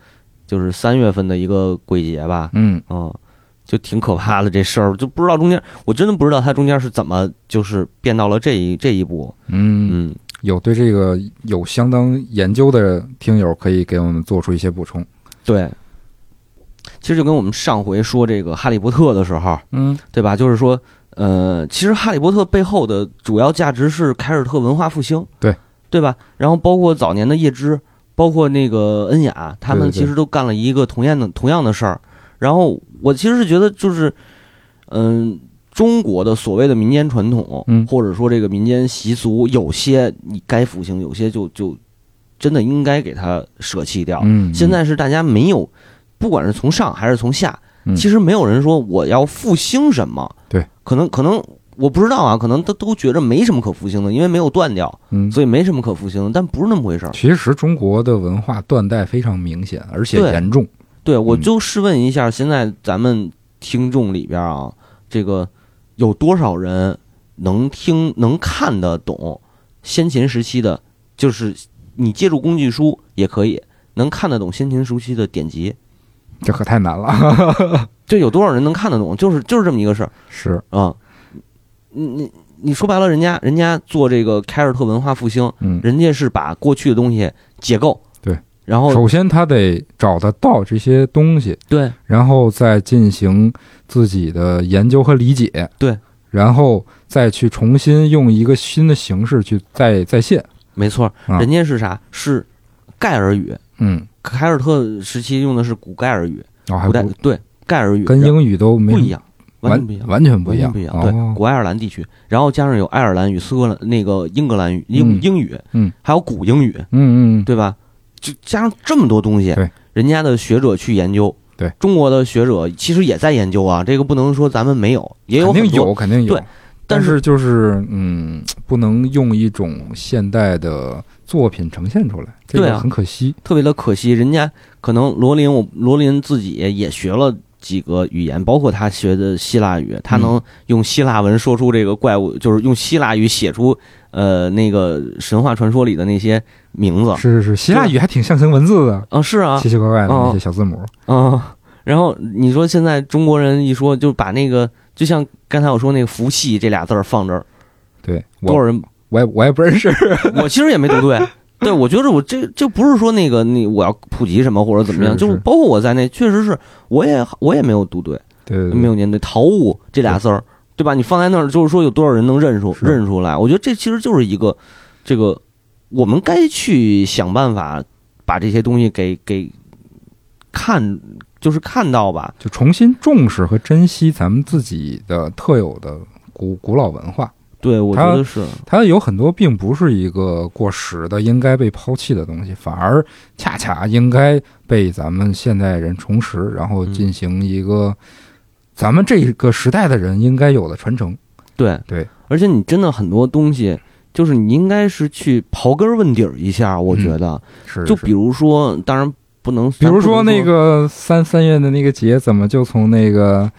S2: 就是三月份的一个鬼节吧，
S1: 嗯，
S2: 嗯。就挺可怕的这事儿，就不知道中间，我真的不知道它中间是怎么就是变到了这一这一步，
S1: 嗯，
S2: 嗯，
S1: 有对这个有相当研究的听友可以给我们做出一些补充。
S2: 对，其实就跟我们上回说这个《哈利波特》的时候，
S1: 嗯，
S2: 对吧？就是说，呃，其实《哈利波特》背后的主要价值是凯尔特文化复兴，
S1: 对
S2: 对吧？然后包括早年的叶芝，包括那个恩雅，他
S1: 对
S2: 们
S1: 对对
S2: 其实都干了一个同样的同样的事儿。然后我其实是觉得，就是，嗯、中国的所谓的民间传统，
S1: 嗯
S2: 或者说这个民间习俗，有些你该复兴，有些就就真的应该给它舍弃掉。
S1: 嗯，
S2: 现在是大家没有，不管是从上还是从下，
S1: 嗯
S2: 其实没有人说我要复兴什么。
S1: 对，
S2: 可能可能我不知道啊，可能都都觉着没什么可复兴的，因为没有断掉，
S1: 嗯，
S2: 所以没什么可复兴的。但不是那么回事儿。
S1: 其实中国的文化断代非常明显，而且
S2: 对
S1: 严重。
S2: 对我
S1: 嗯
S2: 就试问一下，现在咱们听众里边啊，这个有多少人能听能看得懂先秦时期的？就是你借助工具书也可以能看得懂先秦时期的典籍。
S1: 这可太难了。
S2: 这有多少人能看得懂？就是就是这么一个事儿
S1: 是，
S2: 啊。你你你说白了，人家人家做这个凯尔特文化复兴，
S1: 嗯，
S2: 人家是把过去的东西解构，
S1: 对，
S2: 然后
S1: 首先他得找得到这些东西，
S2: 对
S1: 然后再进行自己的研究和理解，
S2: 对，
S1: 然后再去重新用一个新的形式去再再现，
S2: 没错，
S1: 啊
S2: 人家是啥？是盖尔语，
S1: 嗯，
S2: 凯尔特时期用的是古盖尔语，
S1: 然后还
S2: 古代
S1: 不
S2: 对盖尔语
S1: 啊跟
S2: 然后
S1: 英语都没
S2: 不一样，完
S1: 完
S2: 全不一样。
S1: 完全不
S2: 完
S1: 一
S2: 全
S1: 样，
S2: 不一样，对，
S1: 哦
S2: 古爱尔兰地区，然后加上有爱尔兰语、斯格兰那个英格兰语、英
S1: 嗯
S2: 英语，
S1: 嗯，
S2: 还有古英语，
S1: 嗯嗯，
S2: 对吧？就加上这么多东西，
S1: 对，
S2: 人家的学者去研究，
S1: 对，
S2: 中国的学者其实也在研究啊，这个不能说咱们没有，也有
S1: 肯定
S2: 很多，
S1: 有，肯定有
S2: 对，
S1: 但
S2: 但是
S1: 是就是嗯，不能用一种现代的作品呈现出来，这
S2: 对
S1: 个
S2: 啊
S1: 很可惜，
S2: 特别的可惜，人家可能罗琳，我罗琳自己也学了几个语言，包括他学的希腊语，
S1: 嗯
S2: 他能用希腊文说出这个怪物，就是用希腊语写出呃那个神话传说里的那些名字
S1: 是是是，希腊语还挺象形文字的，
S2: 啊，是啊
S1: 奇，奇怪怪的
S2: 哦
S1: 那些小字母，
S2: 啊，然后你说现在中国人一说就把那个，就像刚才我说那个“福气”这俩字儿放这儿，
S1: 对
S2: 多少
S1: 我
S2: 人
S1: 我也我也不认 识，
S2: 我其实也没读对。对，我觉得我这这不是说那个你我要普及什么或者怎么样，
S1: 是
S2: 就是包括我在内，确实是我也我也没有读对。
S1: 对对对
S2: 没有念对“桃物”这俩字儿，对吧？你放在那儿，就是说有多少人能认出
S1: 是
S2: 认出来？我觉得这其实就是一个这个，我们该去想办法把这些东西给给看，就是看到吧。
S1: 就重新重视和珍惜咱们自己的特有的古古老文化。
S2: 对，我觉得是
S1: 它有很多并不是一个过时的、应该被抛弃的东西，反而恰恰应该被咱们现代人重拾，然后进行一
S2: 嗯
S1: 个咱们这个时代的人应该有的传承。
S2: 对
S1: 对，
S2: 而且你真的很多东西，就是你应该是去刨根问底儿一下。我觉得，
S1: 嗯是，
S2: 就是比如说，当然不能，
S1: 比如说
S2: 咱不能
S1: 那个三三月的那个节，怎么就从那个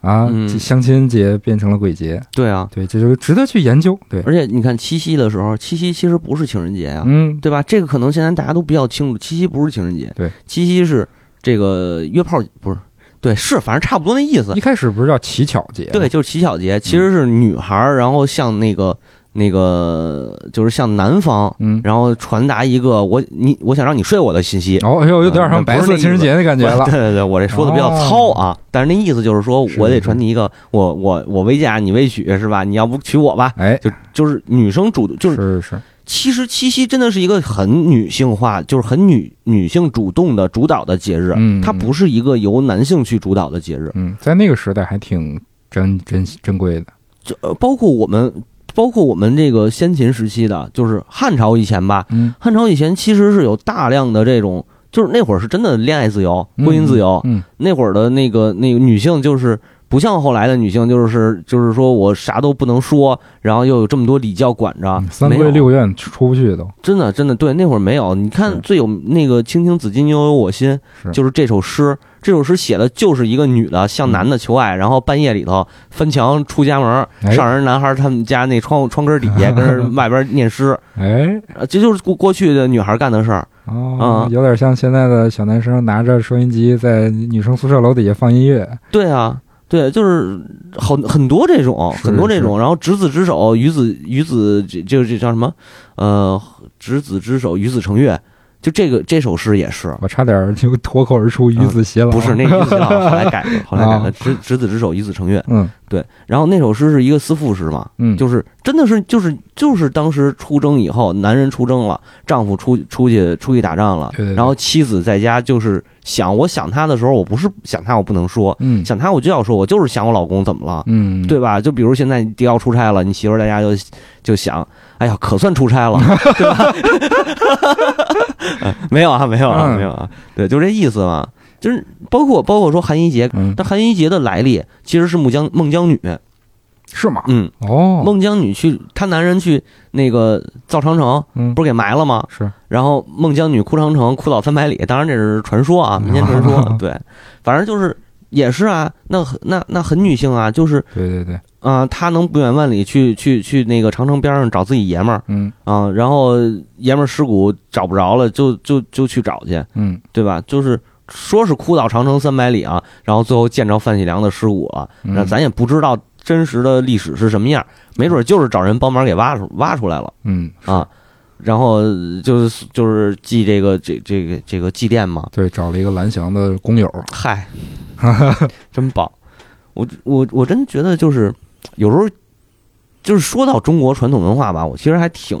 S1: 啊、
S2: 嗯
S1: 相亲节变成了鬼节？
S2: 对啊，
S1: 对，这就值得去研究。对，
S2: 而且你看七夕的时候，七夕其实不是情人节啊，
S1: 嗯，
S2: 对吧？这个可能现在大家都比较清楚，七夕不是情人节，
S1: 对，
S2: 七夕是这个约炮，不是，对，是反正差不多那意思
S1: 一，嗯开始不是叫乞巧节吗？
S2: 对，就是乞巧节，其实是女孩儿，然后向那个那个就是向男方，
S1: 嗯，
S2: 然后传达一个我你我想让你睡我的信息。
S1: 哦，呦，有点
S2: 嗯
S1: 像白色情人节的感觉了
S2: 对。对对，我这说的比较糙啊，但是那意思就是说
S1: 是
S2: 我得
S1: 是
S2: 传递一个我我我未嫁你未娶是吧？你要不娶我吧？
S1: 哎，
S2: 就就是女生主动，就是
S1: 是是，
S2: 其实七夕真的是一个很女性化，就是很女女性主动的主导的节日，
S1: 嗯
S2: 它不是一个由男性去主导的节日。
S1: 嗯，在那个时代还挺珍珍珍贵的。
S2: 就呃包括我们，包括我们这个先秦时期的，就是汉朝以前吧，
S1: 嗯，
S2: 汉朝以前其实是有大量的这种，就是那会儿是真的恋爱自由、婚姻自由，
S1: 嗯，
S2: 那会儿的那个那个女性就是。不像后来的女性，就是就是说我啥都不能说，然后又有这么多礼教管着
S1: 嗯，三
S2: 啊没有
S1: 闺六院出不去都
S2: 真的，真的，对，那会儿没有。你
S1: 是
S2: 看最有那个“青青子衿，悠悠我心
S1: 是”，
S2: 就是这首诗。这首诗写的就是一个女的向男的求爱，然后半夜里头翻墙出家门儿，
S1: 嗯哎
S2: 上人男孩他们家那窗户窗根底 下跟人外边念诗，
S1: 哎
S2: 呃这就是过过去的女孩干的事儿。
S1: 哦
S2: 啊，
S1: 有点像现在的小男生拿着收音机在女生宿舍楼底下放音乐。
S2: 对啊，对，就是很很多这种，
S1: 是
S2: 很多这种，然后执子之手，与子与子，这就这叫什么？呃，执子之手，与子成悦。就这个这首诗也是，
S1: 我差点就脱口而出与子偕老。
S2: 嗯不是那个意思啊，后来改 了，后来改
S1: 啊
S2: 了，执执子之手，与子成悦。
S1: 嗯
S2: 对，然后那首诗是一个思妇诗嘛，
S1: 嗯，
S2: 就是真的是就是就是当时出征以后，男人出征了，丈夫出出去出去打仗了
S1: 对对对，
S2: 然后妻子在家就是想，我想他的时候，我不是想他，我不能说，
S1: 嗯
S2: 想他我就要说，我就是想我老公怎么了，
S1: 嗯，
S2: 对吧？就比如现在你爹要出差了，你媳妇儿在家就就想，哎呀，可算出差了，对吧？ 没有啊，没有啊，
S1: 嗯
S2: 没有啊，对，就这意思嘛。就是包括包括说韩一杰，
S1: 嗯，
S2: 但韩一杰的来历其实是孟姜孟姜女，
S1: 是吗？
S2: 嗯，
S1: 哦，
S2: 孟姜女去她男人去那个造长城，
S1: 嗯
S2: 不是给埋了吗？
S1: 是
S2: 然后孟姜女哭长城，哭倒三百里，当然这是传说啊，民间传 说，对，反正就是也是啊，那很那那很女性啊，就是
S1: 对对对，
S2: 啊、他能不远万里去去去那个长城边上找自己爷们儿
S1: 嗯
S2: 啊、然后爷们儿尸骨找不着了，就就就去找去，
S1: 嗯
S2: 对吧？就是说是哭倒长城三百里啊，然后最后见着范喜良的尸骨了，
S1: 嗯
S2: 那咱也不知道真实的历史是什么样，没准就是找人帮忙给挖出挖出来了
S1: 嗯
S2: 啊。然后就是就是祭这个这这个这个祭奠嘛，
S1: 对，找了一个蓝翔的工友，
S2: 嗨，真棒！我我我真觉得就是有时候就是说到中国传统文化吧，我其实还挺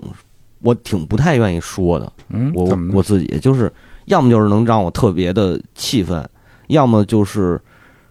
S2: 我挺不太愿意说的，
S1: 嗯，
S2: 我
S1: 怎么
S2: 我自己就是要么就是能让我特别的气愤，要么就是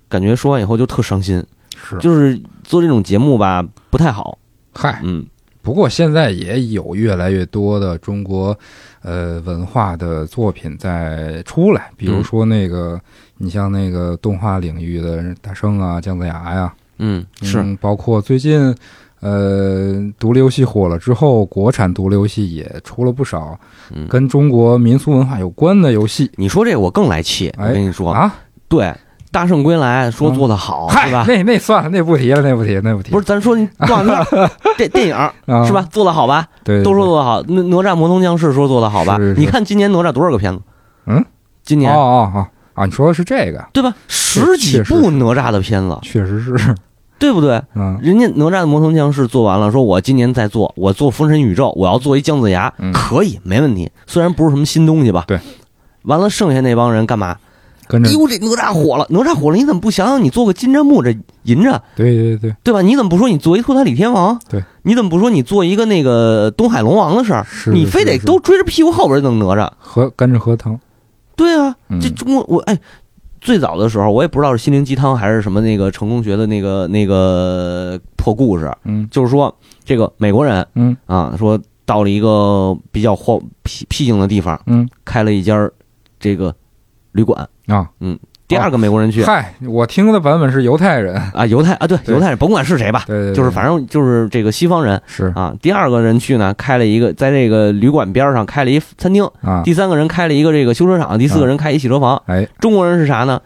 S2: 感觉说完以后就特伤心，
S1: 是
S2: 就是做这种节目吧不太好，
S1: 嗨，
S2: 嗯，
S1: 不过现在也有越来越多的中国呃文化的作品在出来，比
S2: 嗯
S1: 如说那个、你像那个动画领域的大圣啊、姜子牙呀、
S2: 嗯，是，
S1: 嗯包括最近呃独立游戏火了之后，国产独立游戏也出了不少
S2: 嗯，
S1: 跟中国民俗文化有关的游戏
S2: 你说这我更来气，我
S1: 哎
S2: 跟你说，
S1: 啊。嗯
S2: 对，大圣归来说做的好，
S1: 嗨
S2: 哦是，吧？
S1: 那那算了，那不提了，那不提，那不提，
S2: 不是，咱说你断片儿电电影儿
S1: 啊
S2: 是吧？做的好吧？
S1: 对，对
S2: 都说做的好。哪哪吒魔童降世说做的好吧
S1: 是是？
S2: 你看今年哪吒多少个片子？
S1: 嗯，
S2: 今
S1: 对哦
S2: 年
S1: 哦哦啊，你说的是这个，
S2: 对吧？十几
S1: 确实
S2: 部哪吒的片子，
S1: 确实是，
S2: 对不对？
S1: 嗯，
S2: 人家哪吒的魔童降世做完了，说我今年再做，我做封神宇宙，我要做一姜子牙
S1: 嗯，
S2: 可以，没问题。虽然不是什么新东西吧，
S1: 对。
S2: 完了，剩下那帮人干嘛？
S1: 跟着
S2: 哎，呦，这哪吒火了，哪吒火了，你怎么不想想你做个金针木这银着？
S1: 对对对，
S2: 对吧？你怎么不说你做一托塔李天王？
S1: 对，
S2: 你怎么不说你做一个那个东海龙王的事儿？
S1: 是
S2: 你
S1: 是
S2: 非得
S1: 是
S2: 都追着屁股后边弄哪吒？
S1: 和跟着和腾，
S2: 对啊，
S1: 嗯
S2: 这中国我哎，最早的时候我也不知道是心灵鸡汤还是什么那个成功学的那个那个破故事，
S1: 嗯
S2: 就是说这个美国人
S1: 嗯
S2: 啊，说到了一个比较荒僻僻静的地方，
S1: 嗯
S2: 开了一家儿这个旅馆。嗯
S1: 啊，
S2: 第二个美国人去、
S1: 嗨，我听的版本是犹太 人，
S2: 啊，犹太啊，对，
S1: 对
S2: 犹太人甭管是谁吧，
S1: 对对对，
S2: 就是反正就是这个西方人。
S1: 是
S2: 啊，第二个人去呢，开了一个在这个旅馆边上开了一餐厅，
S1: 啊，
S2: 第三个人开了一个这个修车厂，第四个人开一洗车房。
S1: 哎，嗯
S2: 中国人是啥呢？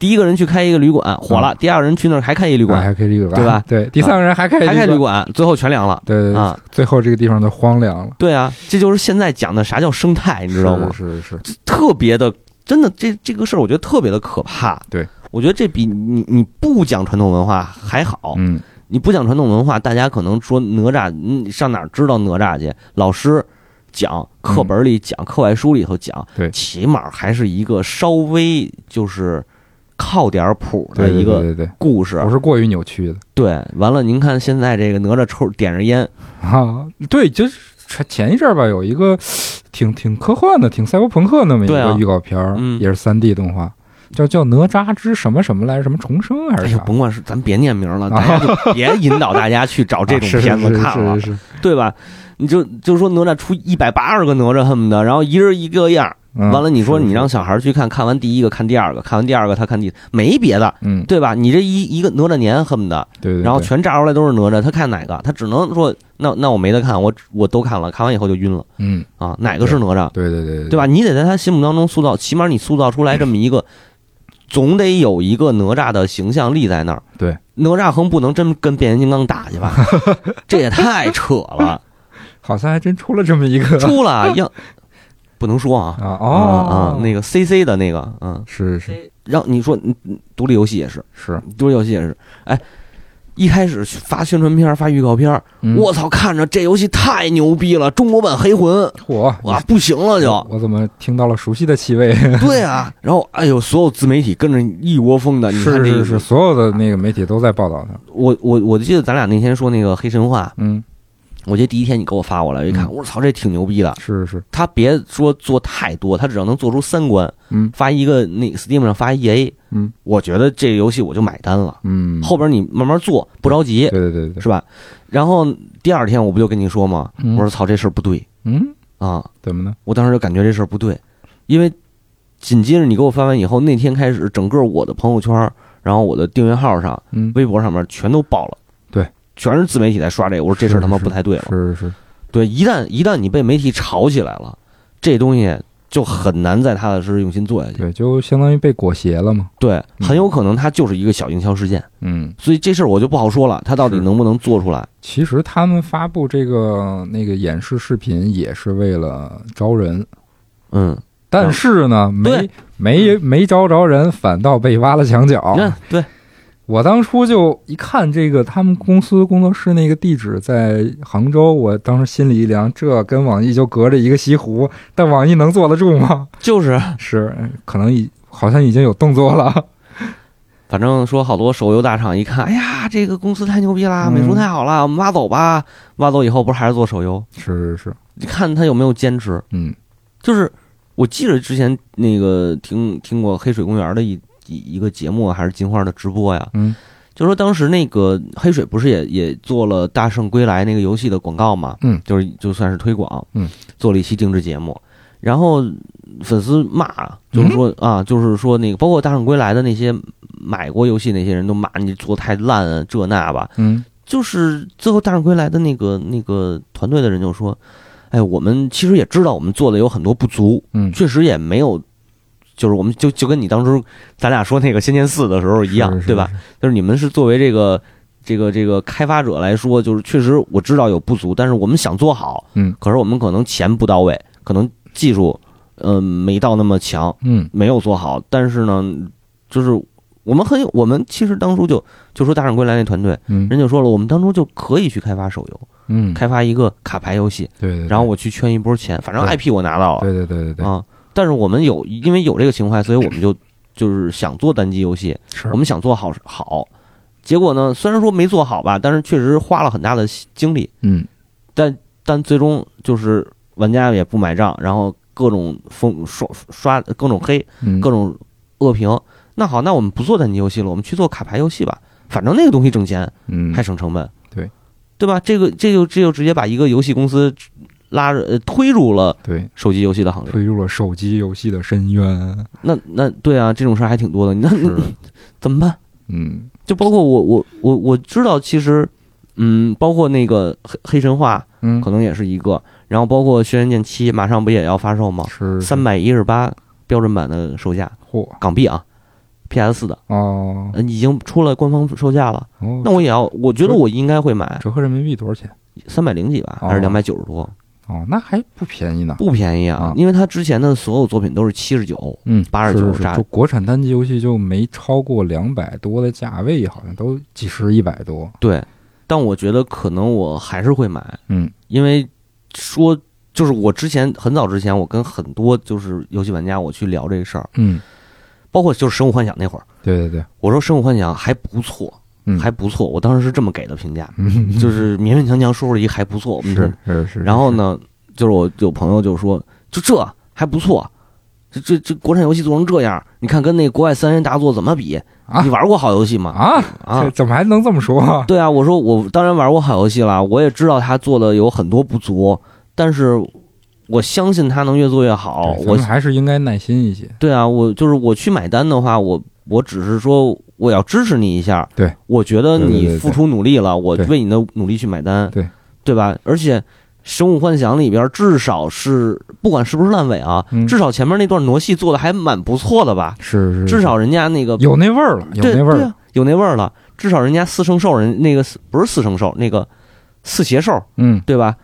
S2: 第一个人去开一个旅馆火了，第二个人去那儿还开一旅
S1: 旅
S2: 馆，
S1: 啊还可以旅馆，
S2: 对吧？啊
S1: 对，第三个人还可以
S2: 还开旅
S1: 旅，
S2: 馆，最后全凉了。
S1: 对对对
S2: 啊，
S1: 最后这个地方就荒凉了，
S2: 对啊，这就是现在讲的啥叫生态，你知道吗？
S1: 是是是，
S2: 特别的，真的这这个事儿，我觉得特别的可怕。
S1: 对，
S2: 我觉得这比你你不讲传统文化还好。
S1: 嗯，
S2: 你不讲传统文化，大家可能说哪吒，你上哪儿知道哪吒去？老师讲，课本里讲，课外书里头讲，
S1: 对
S2: 起码还是一个稍微就是靠点儿谱的
S1: 对对
S2: 一个
S1: 对对对，
S2: 故事。
S1: 不是过于扭曲的
S2: 对，完了，您看现在这个哪吒抽点着烟，
S1: 啊，对，就是前前一阵儿吧，有一个挺挺科幻的，挺赛博朋克那么一
S2: 对啊
S1: 个预告片儿，
S2: 嗯
S1: 也是三 D 动画。叫叫哪吒之什么什么来着？什么重生啊还
S2: 哎
S1: 是
S2: 呦
S1: 啥，？
S2: 甭管是咱别念名 了，大家就别引导大家去找这种
S1: 啊是
S2: 片子
S1: 是
S2: 看了
S1: 是，是是，
S2: 对吧？你就就说哪吒出一百八十个哪吒恨不得，然后一人一个样儿，
S1: 完
S2: 完了，你说你让小孩去看看完第一个，看第二个，看完第二个，他看第没别的，
S1: 嗯，
S2: 对吧？你这一一个哪吒年恨不得，
S1: 对对对，
S2: 然后全炸出来都是哪吒，他看哪个？他只能说，那那我没得看，我我都看了，看完以后就晕了
S1: 嗯，
S2: 啊！哪个是哪吒，
S1: 对对对对
S2: 对吧？你得在他心目当中塑造，起码你塑造出来这么一个，总得有一个哪吒的形象立在那儿。
S1: 对，
S2: 哪吒横不能真跟变形金刚打 去吧？这也太扯了！
S1: 好像还真出了这么一个
S2: 出了要不能说啊
S1: 啊
S2: 啊
S1: 哦
S2: 啊，那个 C C 的那个，嗯、
S1: 是是
S2: 让你说，嗯嗯独立游戏也是，
S1: 是，
S2: 独立游戏也是。哎，一开始发宣传片儿、发预告片儿，
S1: 嗯
S2: 我操，看着这游戏太牛逼了，中国版《黑魂》
S1: 嚯
S2: 哇，不行了
S1: 我
S2: 就。
S1: 我怎么听到了熟悉的气味？
S2: 对啊，然后哎呦，所有自媒体跟着一窝蜂的，你看
S1: 是
S2: 这
S1: 是
S2: 个
S1: 是，所有的那个媒体都在报道它。
S2: 我我我记得咱俩那天说那个《黑神话
S1: 嗯，》，
S2: 我记得第一天你给我发过来，我一看，
S1: 嗯
S2: 我操，这挺牛逼的。
S1: 是是，
S2: 他别说做太多，他只要能做出三关，
S1: 嗯
S2: 发一个那 Steam 上发 EA，
S1: 嗯
S2: 我觉得这游戏我就买单了。
S1: 嗯，
S2: 后边你慢慢做，不着急
S1: 对，对对对，
S2: 是吧？然后第二天我不就跟你说吗？
S1: 嗯
S2: 我说操，这事儿不对
S1: 嗯，
S2: 啊！
S1: 怎么呢？
S2: 我当时就感觉这事儿不对，因为紧接着你给我发完以后，那天开始，整个我的朋友圈，然后我的订阅号上、
S1: 嗯，
S2: 微博上面全都爆了，
S1: 对，
S2: 全是自媒体在刷这个。我说这事儿他妈不太对了，
S1: 是是是，
S2: 对，一旦一旦你被媒体炒起来了，这东西就很难再踏踏实实用心做下去。
S1: 对，就相当于被裹挟了嘛。
S2: 对，
S1: 嗯
S2: 很有可能它就是一个小营销事件，
S1: 嗯，
S2: 所以这事儿我就不好说了，它到底
S1: 是
S2: 能不能做出来？
S1: 其实他们发布这个那个演示视频也是为了招人，
S2: 嗯，
S1: 但是呢，没
S2: 对
S1: 嗯没没招着人，反倒被挖了墙角。
S2: 你看，对，
S1: 我当初就一看这个他们公司工作室那个地址在杭州，我当时心里一凉，这跟网易就隔着一个西湖，但网易能坐得住吗？
S2: 就是啊
S1: 是，可能已好像已经有动作了。
S2: 反正说好多手游大厂一看，哎呀，这个公司太牛逼啦，
S1: 嗯
S2: 美术太好啦，我们挖走吧，挖走以后不是还是做手游？
S1: 是是是，
S2: 你看他有没有坚持？
S1: 嗯
S2: 就是我记得之前那个听听过黑水公园的一一一个节目啊，还是金花的直播呀，
S1: 嗯
S2: 就说当时那个黑水不是也也做了《大圣归来》那个游戏的广告嘛，
S1: 嗯
S2: 就是就算是推广，
S1: 嗯，
S2: 做了一期定制节目，然后粉丝骂，就是说、
S1: 嗯
S2: 啊，就是说那个包括《大圣归来》的那些买过游戏那些人都骂你做太烂啊，这那吧，
S1: 嗯
S2: 就是最后《大圣归来》的那个那个团队的人就说，哎，我们其实也知道我们做的有很多不足，
S1: 嗯，
S2: 确实也没有，就是我们就就跟你当初咱俩说那个《仙剑四》的时候一样，
S1: 是
S2: 对吧？？就是你们是作为这个这个这个开发者来说，就是确实我知道有不足，但是我们想做好，
S1: 嗯，
S2: 可是我们可能钱不到位，可能技术嗯、呃没到那么强，
S1: 是嗯
S2: 没有做好，但是呢，就是我们很有，我们其实当初就就说《大圣归来》那团队，
S1: 嗯
S2: 人就说了，我们当初就可以去开发手游，
S1: 嗯，
S2: 开发一个卡牌游戏，
S1: 对对对，
S2: 然后我去圈一波钱，反正
S1: 对
S2: IP 我拿到了，
S1: 对对对对对，
S2: 啊。但是我们有，因为有这个情怀，所以我们就就是想做单机游戏，
S1: 是
S2: 我们想做好好。结果呢，虽然说没做好吧，但是确实花了很大的精力，
S1: 嗯
S2: 但最终就是玩家也不买账，然后各种封刷刷各种黑，
S1: 嗯
S2: 各种恶评。那好，那我们不做单机游戏了，我们去做卡牌游戏吧，反正那个东西挣钱，
S1: 嗯
S2: 还省成本，
S1: 对
S2: 对吧？这个这就这就直接把一个游戏公司拉着呃推入了
S1: 对，
S2: 手机游戏的行列。
S1: 推入了手机游戏的深渊。
S2: 那那对啊，这种事儿还挺多的。那
S1: 是，
S2: 怎么办？
S1: 嗯
S2: 就包括我我我我知道，其实嗯，包括那个黑黑神话
S1: 嗯，
S2: 可能也是一个，然后包括《轩辕剑七》马上不也要发售吗？
S1: 是
S2: 啊三百一十八标准版的售价
S1: 货
S2: 港币啊，PS 四的，
S1: 哦
S2: 嗯，已经出了官方售价了。
S1: 哦，
S2: 那我也要，我觉得我应该会买
S1: 折合人民币多少钱？
S2: 三百零几吧，
S1: 哦
S2: 还是两百九十多，
S1: 哦，那还不便宜呢。
S2: 不便宜啊
S1: 啊。
S2: 因为他之前的所有作品都是七十九，
S1: 嗯，
S2: 89
S1: 是是
S2: 啥
S1: 是，就国产单机游戏就没超过两百多的价位，好像都几十、一百多。
S2: 对。但我觉得可能我还是会买，
S1: 嗯
S2: 因为说就是我之前很早之前，我跟很多就是游戏玩家我去聊这个事儿，
S1: 嗯，
S2: 包括就是《生物幻想》那会儿，
S1: 对对对，
S2: 我说《生物幻想》还不错，
S1: 嗯，
S2: 还不错，我当时是这么给的 评价，
S1: 嗯
S2: 就是勉勉强强说出了一个还不错，我们
S1: 是是是。
S2: 然后呢，就是我有朋友就说，就这还不错。这这这国产游戏做成这样，你看跟那国外三人大作怎么比？
S1: 啊
S2: 你玩过好游戏吗？
S1: 啊
S2: 啊
S1: 这，怎么还能这么说？
S2: 对啊，我说我当然玩过好游戏了，我也知道他做的有很多不足，但是我相信他能越做越好。
S1: 对咱
S2: 我
S1: 们还是应该耐心一些。
S2: 对啊，我就是我去买单的话，我我只是说我要支持你一下。
S1: 对，
S2: 我觉得
S1: 对对
S2: 你
S1: 对对
S2: 付出努力了，我
S1: 对
S2: 为你的努力去买单。
S1: 对，
S2: 对吧？而且《生物幻想》里边至少是不管是不是烂尾啊，
S1: 嗯
S2: 至少前面那段挪戏做的还蛮不错的吧？
S1: 是是，
S2: 至
S1: 是
S2: 少人家那个
S1: 有那味儿了，有
S2: 对
S1: 那味儿
S2: 对
S1: 了。
S2: 啊，有那味儿了。至少人家四圣兽人那个四不是四圣兽，那个四邪兽，
S1: 嗯，
S2: 对吧？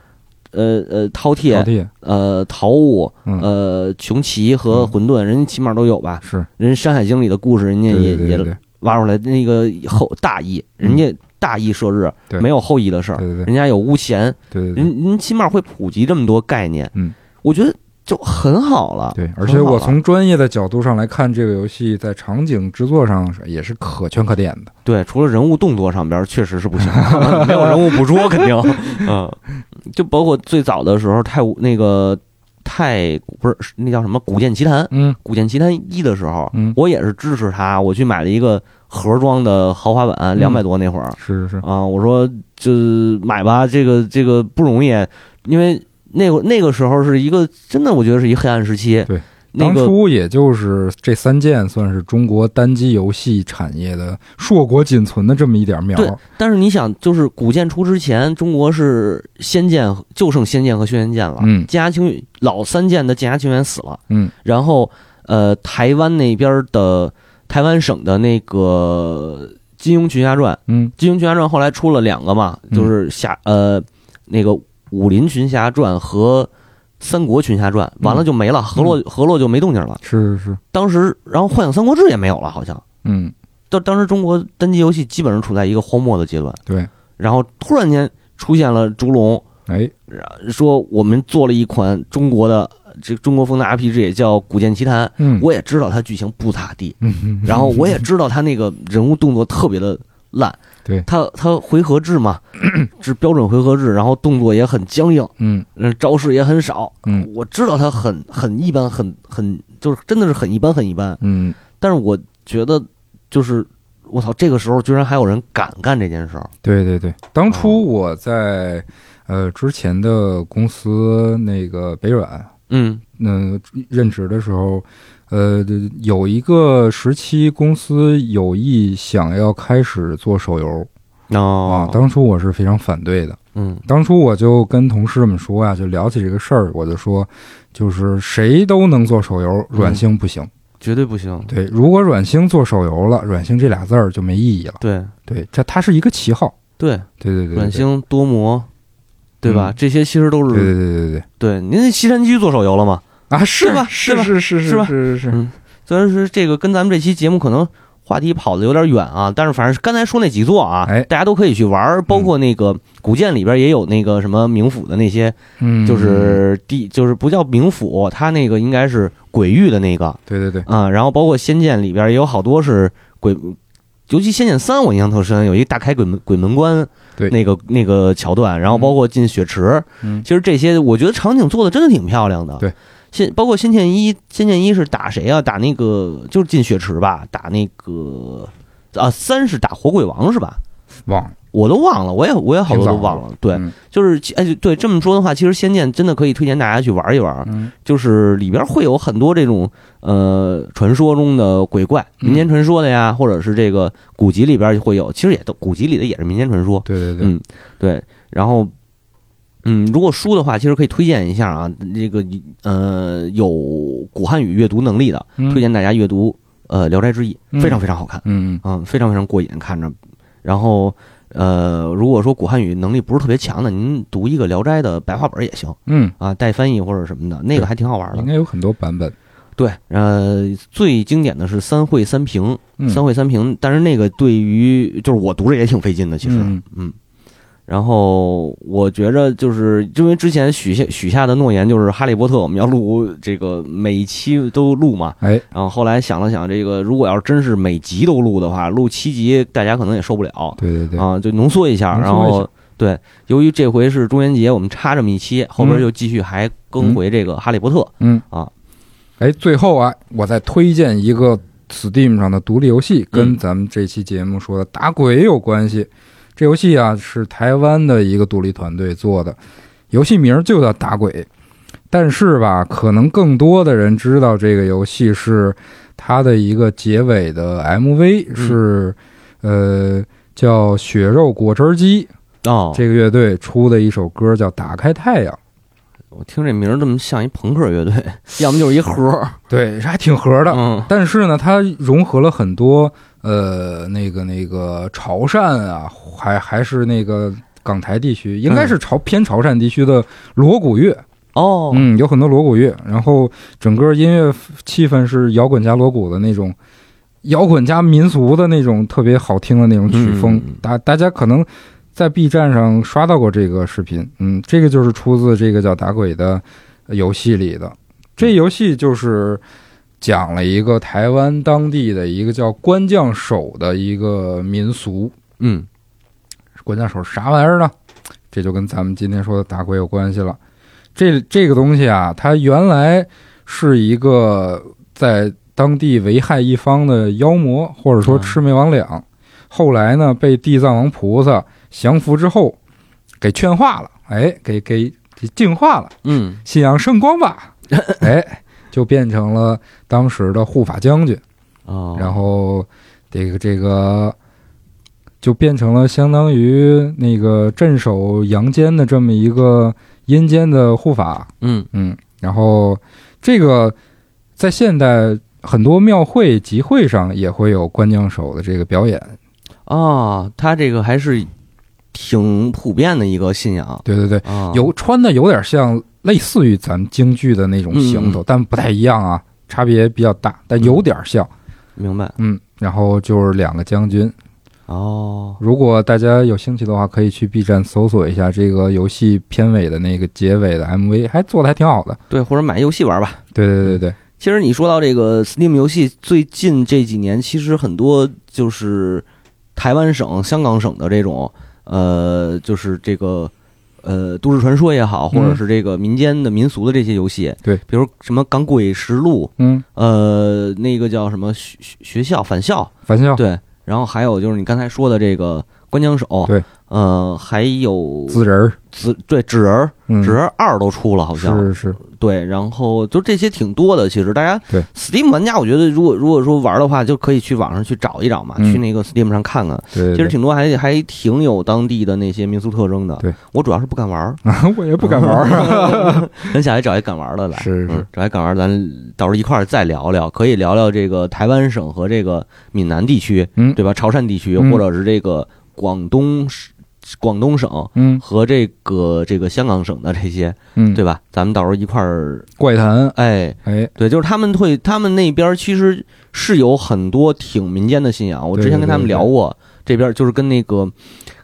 S2: 呃呃，饕
S1: 老
S2: 餮、
S1: 弟，
S2: 呃桃物、
S1: 嗯
S2: 呃穷奇和混沌，人家起码都有吧？
S1: 是，
S2: 人家《山海经》里的故事，人家
S1: 对对
S2: 也
S1: 对对
S2: 也
S1: 对嗯
S2: 挖出来。那个后大义，人家大义设置
S1: 对
S2: 没有后羿的事儿，
S1: 对对
S2: 人家有巫贤，
S1: 对对对
S2: 人人起码会普及这么多概念。
S1: 嗯，
S2: 我觉得就很好了。
S1: 对，而
S2: 很
S1: 且
S2: 好啊
S1: 我
S2: 了
S1: 从专业的角度上来看，这个游戏在场景制作上是也是可圈可点的。
S2: 对，除了人物动作上边儿确实是不行， 没有人物捕捉肯定。嗯， 就包括最早的时候，太武那个太不是是那叫什么《古剑奇谭》，《
S1: 嗯
S2: 古剑奇谭一》的时候，
S1: 嗯，
S2: 我也是支持他，我去买了一个盒装的豪华版，两百多那会儿
S1: 是是是，
S2: 啊，我说就买吧，这个这个不容易，因为那会那个时候是一个真的，我觉得是一黑暗时期。
S1: 对，
S2: 那
S1: 当
S2: 个
S1: 初也就是这三件算是中国单机游戏产业的硕果仅存的这么一点苗。
S2: 对但是你想，就是古剑出之前，中国是仙剑就剩仙剑和轩辕剑了。
S1: 嗯
S2: 剑侠情缘老三剑的剑侠情缘死了，
S1: 嗯，
S2: 然后呃，台湾那边的台湾省的那个金庸群侠传，
S1: 嗯
S2: 金庸群侠传后来出了两个嘛，
S1: 嗯
S2: 就是侠呃那个武林群侠传和三国群侠传，完了就
S1: 嗯
S2: 没了，河洛河洛就没动静了。
S1: 是是是，
S2: 当时，然后幻想三国志也没有了，好像。
S1: 嗯
S2: 到当时中国单机游戏基本上处在一个荒漠的阶段，
S1: 对，
S2: 然后突然间出现了烛龙，
S1: 哎，
S2: 说我们做了一款中国的这中国风的 RPG，也叫《古剑奇谭》。
S1: 嗯，
S2: 我也知道它剧情不咋地，
S1: 嗯，嗯
S2: 然后 我也知道它那个人物动作特别的烂，
S1: 对
S2: 它它回合 制嘛，是标准回合制，然后动作也很僵硬，
S1: 嗯
S2: 嗯，招式也很少。
S1: 嗯
S2: 我知道它很很一般，很很就是真的是很一般很一般。
S1: 嗯，
S2: 但是我觉得就是我操，这个时候居然还有人敢干这件事儿，
S1: 对对对，当初
S2: 哦
S1: 我在呃之前的公司那个北软，
S2: 嗯
S1: 嗯、任职的时候，呃，有一个时期公司有意想要开始做手游啊
S2: 哦，，
S1: 当初我是非常反对的。
S2: 嗯
S1: 当初我就跟同事们说呀、就聊起这个事儿，我就说，就是谁都能做手游，
S2: 嗯
S1: 软星不行。
S2: 绝对不行，
S1: 对，如果软星做手游了，软星这俩字儿就没意义了。
S2: 对
S1: 对，这它是一个旗号。
S2: 对，
S1: 对对对对，
S2: 软星多模，对吧？
S1: 嗯
S2: 这些其实都
S1: 对。对
S2: 是
S1: 对对对对
S2: 对。您那西山居做手游了吗？
S1: 啊，是
S2: 对吧
S1: 是
S2: 对吧
S1: 是是
S2: 是吧
S1: 是是是，
S2: 嗯虽然是这个跟咱们这期节目可能话题跑的有点远啊，但是反正是刚才说那几座啊，
S1: 哎
S2: 大家都可以去玩儿，包括那个古剑里边也有那个什么冥府的那些，
S1: 嗯，
S2: 就是地就是不叫冥府，它那个应该是鬼域的那个
S1: 对对对，
S2: 啊，然后包括仙剑里边也有好多是鬼。尤其《仙剑三》，我印象特深，有一大开鬼门鬼门关，
S1: 对
S2: 那个那个桥段，然后包括进雪池，
S1: 嗯
S2: 其实这些我觉得场景做的真的挺漂亮的。
S1: 对，
S2: 仙包括仙剑一，仙剑一是打谁啊？打那个就是进雪池吧，打那个啊三是打火鬼王是吧？
S1: 忘了，
S2: 我都忘了，我也我也好多都忘了。对，
S1: 嗯
S2: 就是哎对这么说的话，其实仙剑真的可以推荐大家去玩一玩，
S1: 嗯
S2: 就是里边会有很多这种呃传说中的鬼怪、民
S1: 嗯
S2: 间传说的呀，或者是这个古籍里边会有，其实也都古籍里的也是民间传说。
S1: 对对对，
S2: 嗯，对。然后，嗯，如果书的话，其实可以推荐一下啊，这个呃有古汉语阅读能力的，
S1: 嗯
S2: 推荐大家阅读呃《聊斋志异》，
S1: 嗯
S2: 非常非常好看，
S1: 嗯
S2: 嗯，非常非常过瘾，看着。然后，呃，如果说古汉语能力不是特别强的，您读一个《聊斋》的白话本也行
S1: 嗯，
S2: 啊，带翻译或者什么的，那个还挺好玩
S1: 应
S2: 的。
S1: 该有很多版本。
S2: 对，呃，最经典的是三会三评，
S1: 嗯
S2: 三会三评，但是那个对于就是我读着也挺费劲的，其实，
S1: 嗯
S2: 嗯然后我觉着就是因为之前许下许下的诺言就是《哈利波特》，我们要录这个每一期都录嘛。
S1: 哎，
S2: 然后后来想了想，这个如果要是真是每集都录的话，录七集大家可能也受不了
S1: 对对对，
S2: 啊，就浓缩一下。
S1: 浓缩
S2: 然
S1: 一下
S2: 后对，由于这回是中元节，我们插这么一期，后边就继续还更回这个《哈利波特》
S1: 嗯
S2: 啊，
S1: 哎，最后啊，我再推荐一个 Steam 上的独立游戏，跟咱们这期节目说的打鬼有关系。这游戏啊是台湾的一个独立团队做的，游戏名就叫打鬼。但是吧，可能更多的人知道这个游戏是它的一个结尾的 MV 是，呃，叫血肉果汁机
S2: 哦，
S1: 这个乐队出的一首歌叫《打开太阳》。
S2: 我听这名儿这么像一朋克乐队， 要么就是一盒儿，
S1: 对，还挺合的。
S2: 嗯
S1: 但是呢，它融合了很多呃那个那个潮汕啊，还还是那个港台地区，应该是潮偏潮汕地区的锣鼓乐，
S2: 哦，
S1: 嗯，有很多锣鼓乐，然后整个音乐气氛是摇滚加锣鼓的那种。摇滚加民俗的那种特别好听的那种曲风，
S2: 嗯
S1: 大大家可能在 B 站上刷到过这个视频，嗯，这个就是出自这个叫《打鬼》的游戏里的。这游戏就是讲了一个台湾当地的一个叫官将手的一个民俗。
S2: 嗯
S1: 官将手是啥玩意儿呢？这就跟咱们今天说的打鬼有关系了。这这个东西啊，它原来是一个在当地危害一方的妖魔，或者说
S2: 嗯
S1: 魑魅魍魉。后来呢，被地藏王菩萨降服之后，给劝化了，哎，给给给净化了。
S2: 嗯，
S1: 信仰圣光吧，哎，就变成了当时的护法将军，
S2: 哦，
S1: 然后这个这个就变成了相当于那个镇守阳间的这么一个阴间的护法，
S2: 嗯
S1: 嗯，然后这个在现代很多庙会集会上也会有关将手的这个表演，
S2: 啊，他这个还是挺普遍的一个信仰
S1: 对对对，
S2: 啊，
S1: 有穿的有点像类似于咱们京剧的那种行头，但不太一样啊，差别比较大，但有点像。
S2: 明白
S1: 嗯，然后就是两个将军。
S2: 哦，
S1: 如果大家有兴趣的话，可以去 B 站搜索一下这个游戏片尾的那个结尾的 MV，还做的还挺好的。
S2: 对，或者买游戏玩吧。
S1: 对对对对，
S2: 其实你说到这个 Steam 游戏，最近这几年其实很多就是台湾省、香港省的这种，呃，就是这个呃都市传说也好，或者是这个民间的民俗的这些游戏，
S1: 嗯对
S2: 比如什么《港鬼实录》，
S1: 嗯，
S2: 呃，那个叫什么学学学校返校，
S1: 樊笑
S2: 对，然后还有就是你刚才说的这个关将手，
S1: 对，
S2: 呃，还有
S1: 滋人儿，
S2: 纸对纸人儿，
S1: 嗯，
S2: 纸人儿二都出了，好像
S1: 是是，
S2: 对，然后就这些挺多的，其实大家
S1: 对
S2: Steam 玩家，我觉得如果如果说玩的话，就可以去网上去找一找嘛，
S1: 嗯
S2: 去那个 Steam 上看看，
S1: 对对对。
S2: 其实挺多还还挺有当地的那些民俗特征的。
S1: 对，
S2: 我主要是不敢玩儿，
S1: 我也不敢玩儿。啊
S2: 儿，咱下来找一敢玩儿的来，
S1: 是是
S2: 嗯找一敢玩儿，咱到时候一块儿再聊聊，可以聊聊这个台湾省和这个闽南地区，
S1: 嗯
S2: 对吧？潮汕地区
S1: 嗯
S2: 或者是这个广东省广东省
S1: 嗯
S2: 和这个这个香港省的这些，
S1: 嗯，
S2: 对吧？咱们到时候一块儿，
S1: 怪谈，
S2: 哎。
S1: 哎，
S2: 对，就是他们会，他们那边其实是有很多挺民间的信仰。我之前跟他们聊过，这边就是跟那个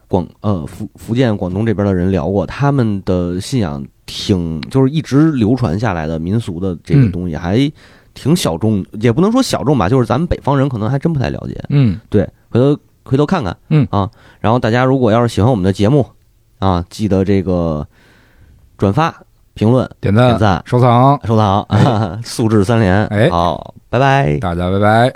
S2: 广呃福福建、广东这边的人聊过，他们的信仰挺就是一直流传下来的民俗的这个
S1: 嗯
S2: 东西，还挺小众，也不能说小众吧，就是咱们北方人可能还真不太了解。
S1: 嗯，
S2: 对，回头回头看看，
S1: 嗯
S2: 啊，然后大家如果要是喜欢我们的节目啊，记得这个转发、评论、
S1: 点
S2: 点
S1: 赞、
S2: 赞。
S1: 收藏，
S2: 收藏，素质三连。
S1: 哎
S2: 好，拜拜。
S1: 大家拜拜。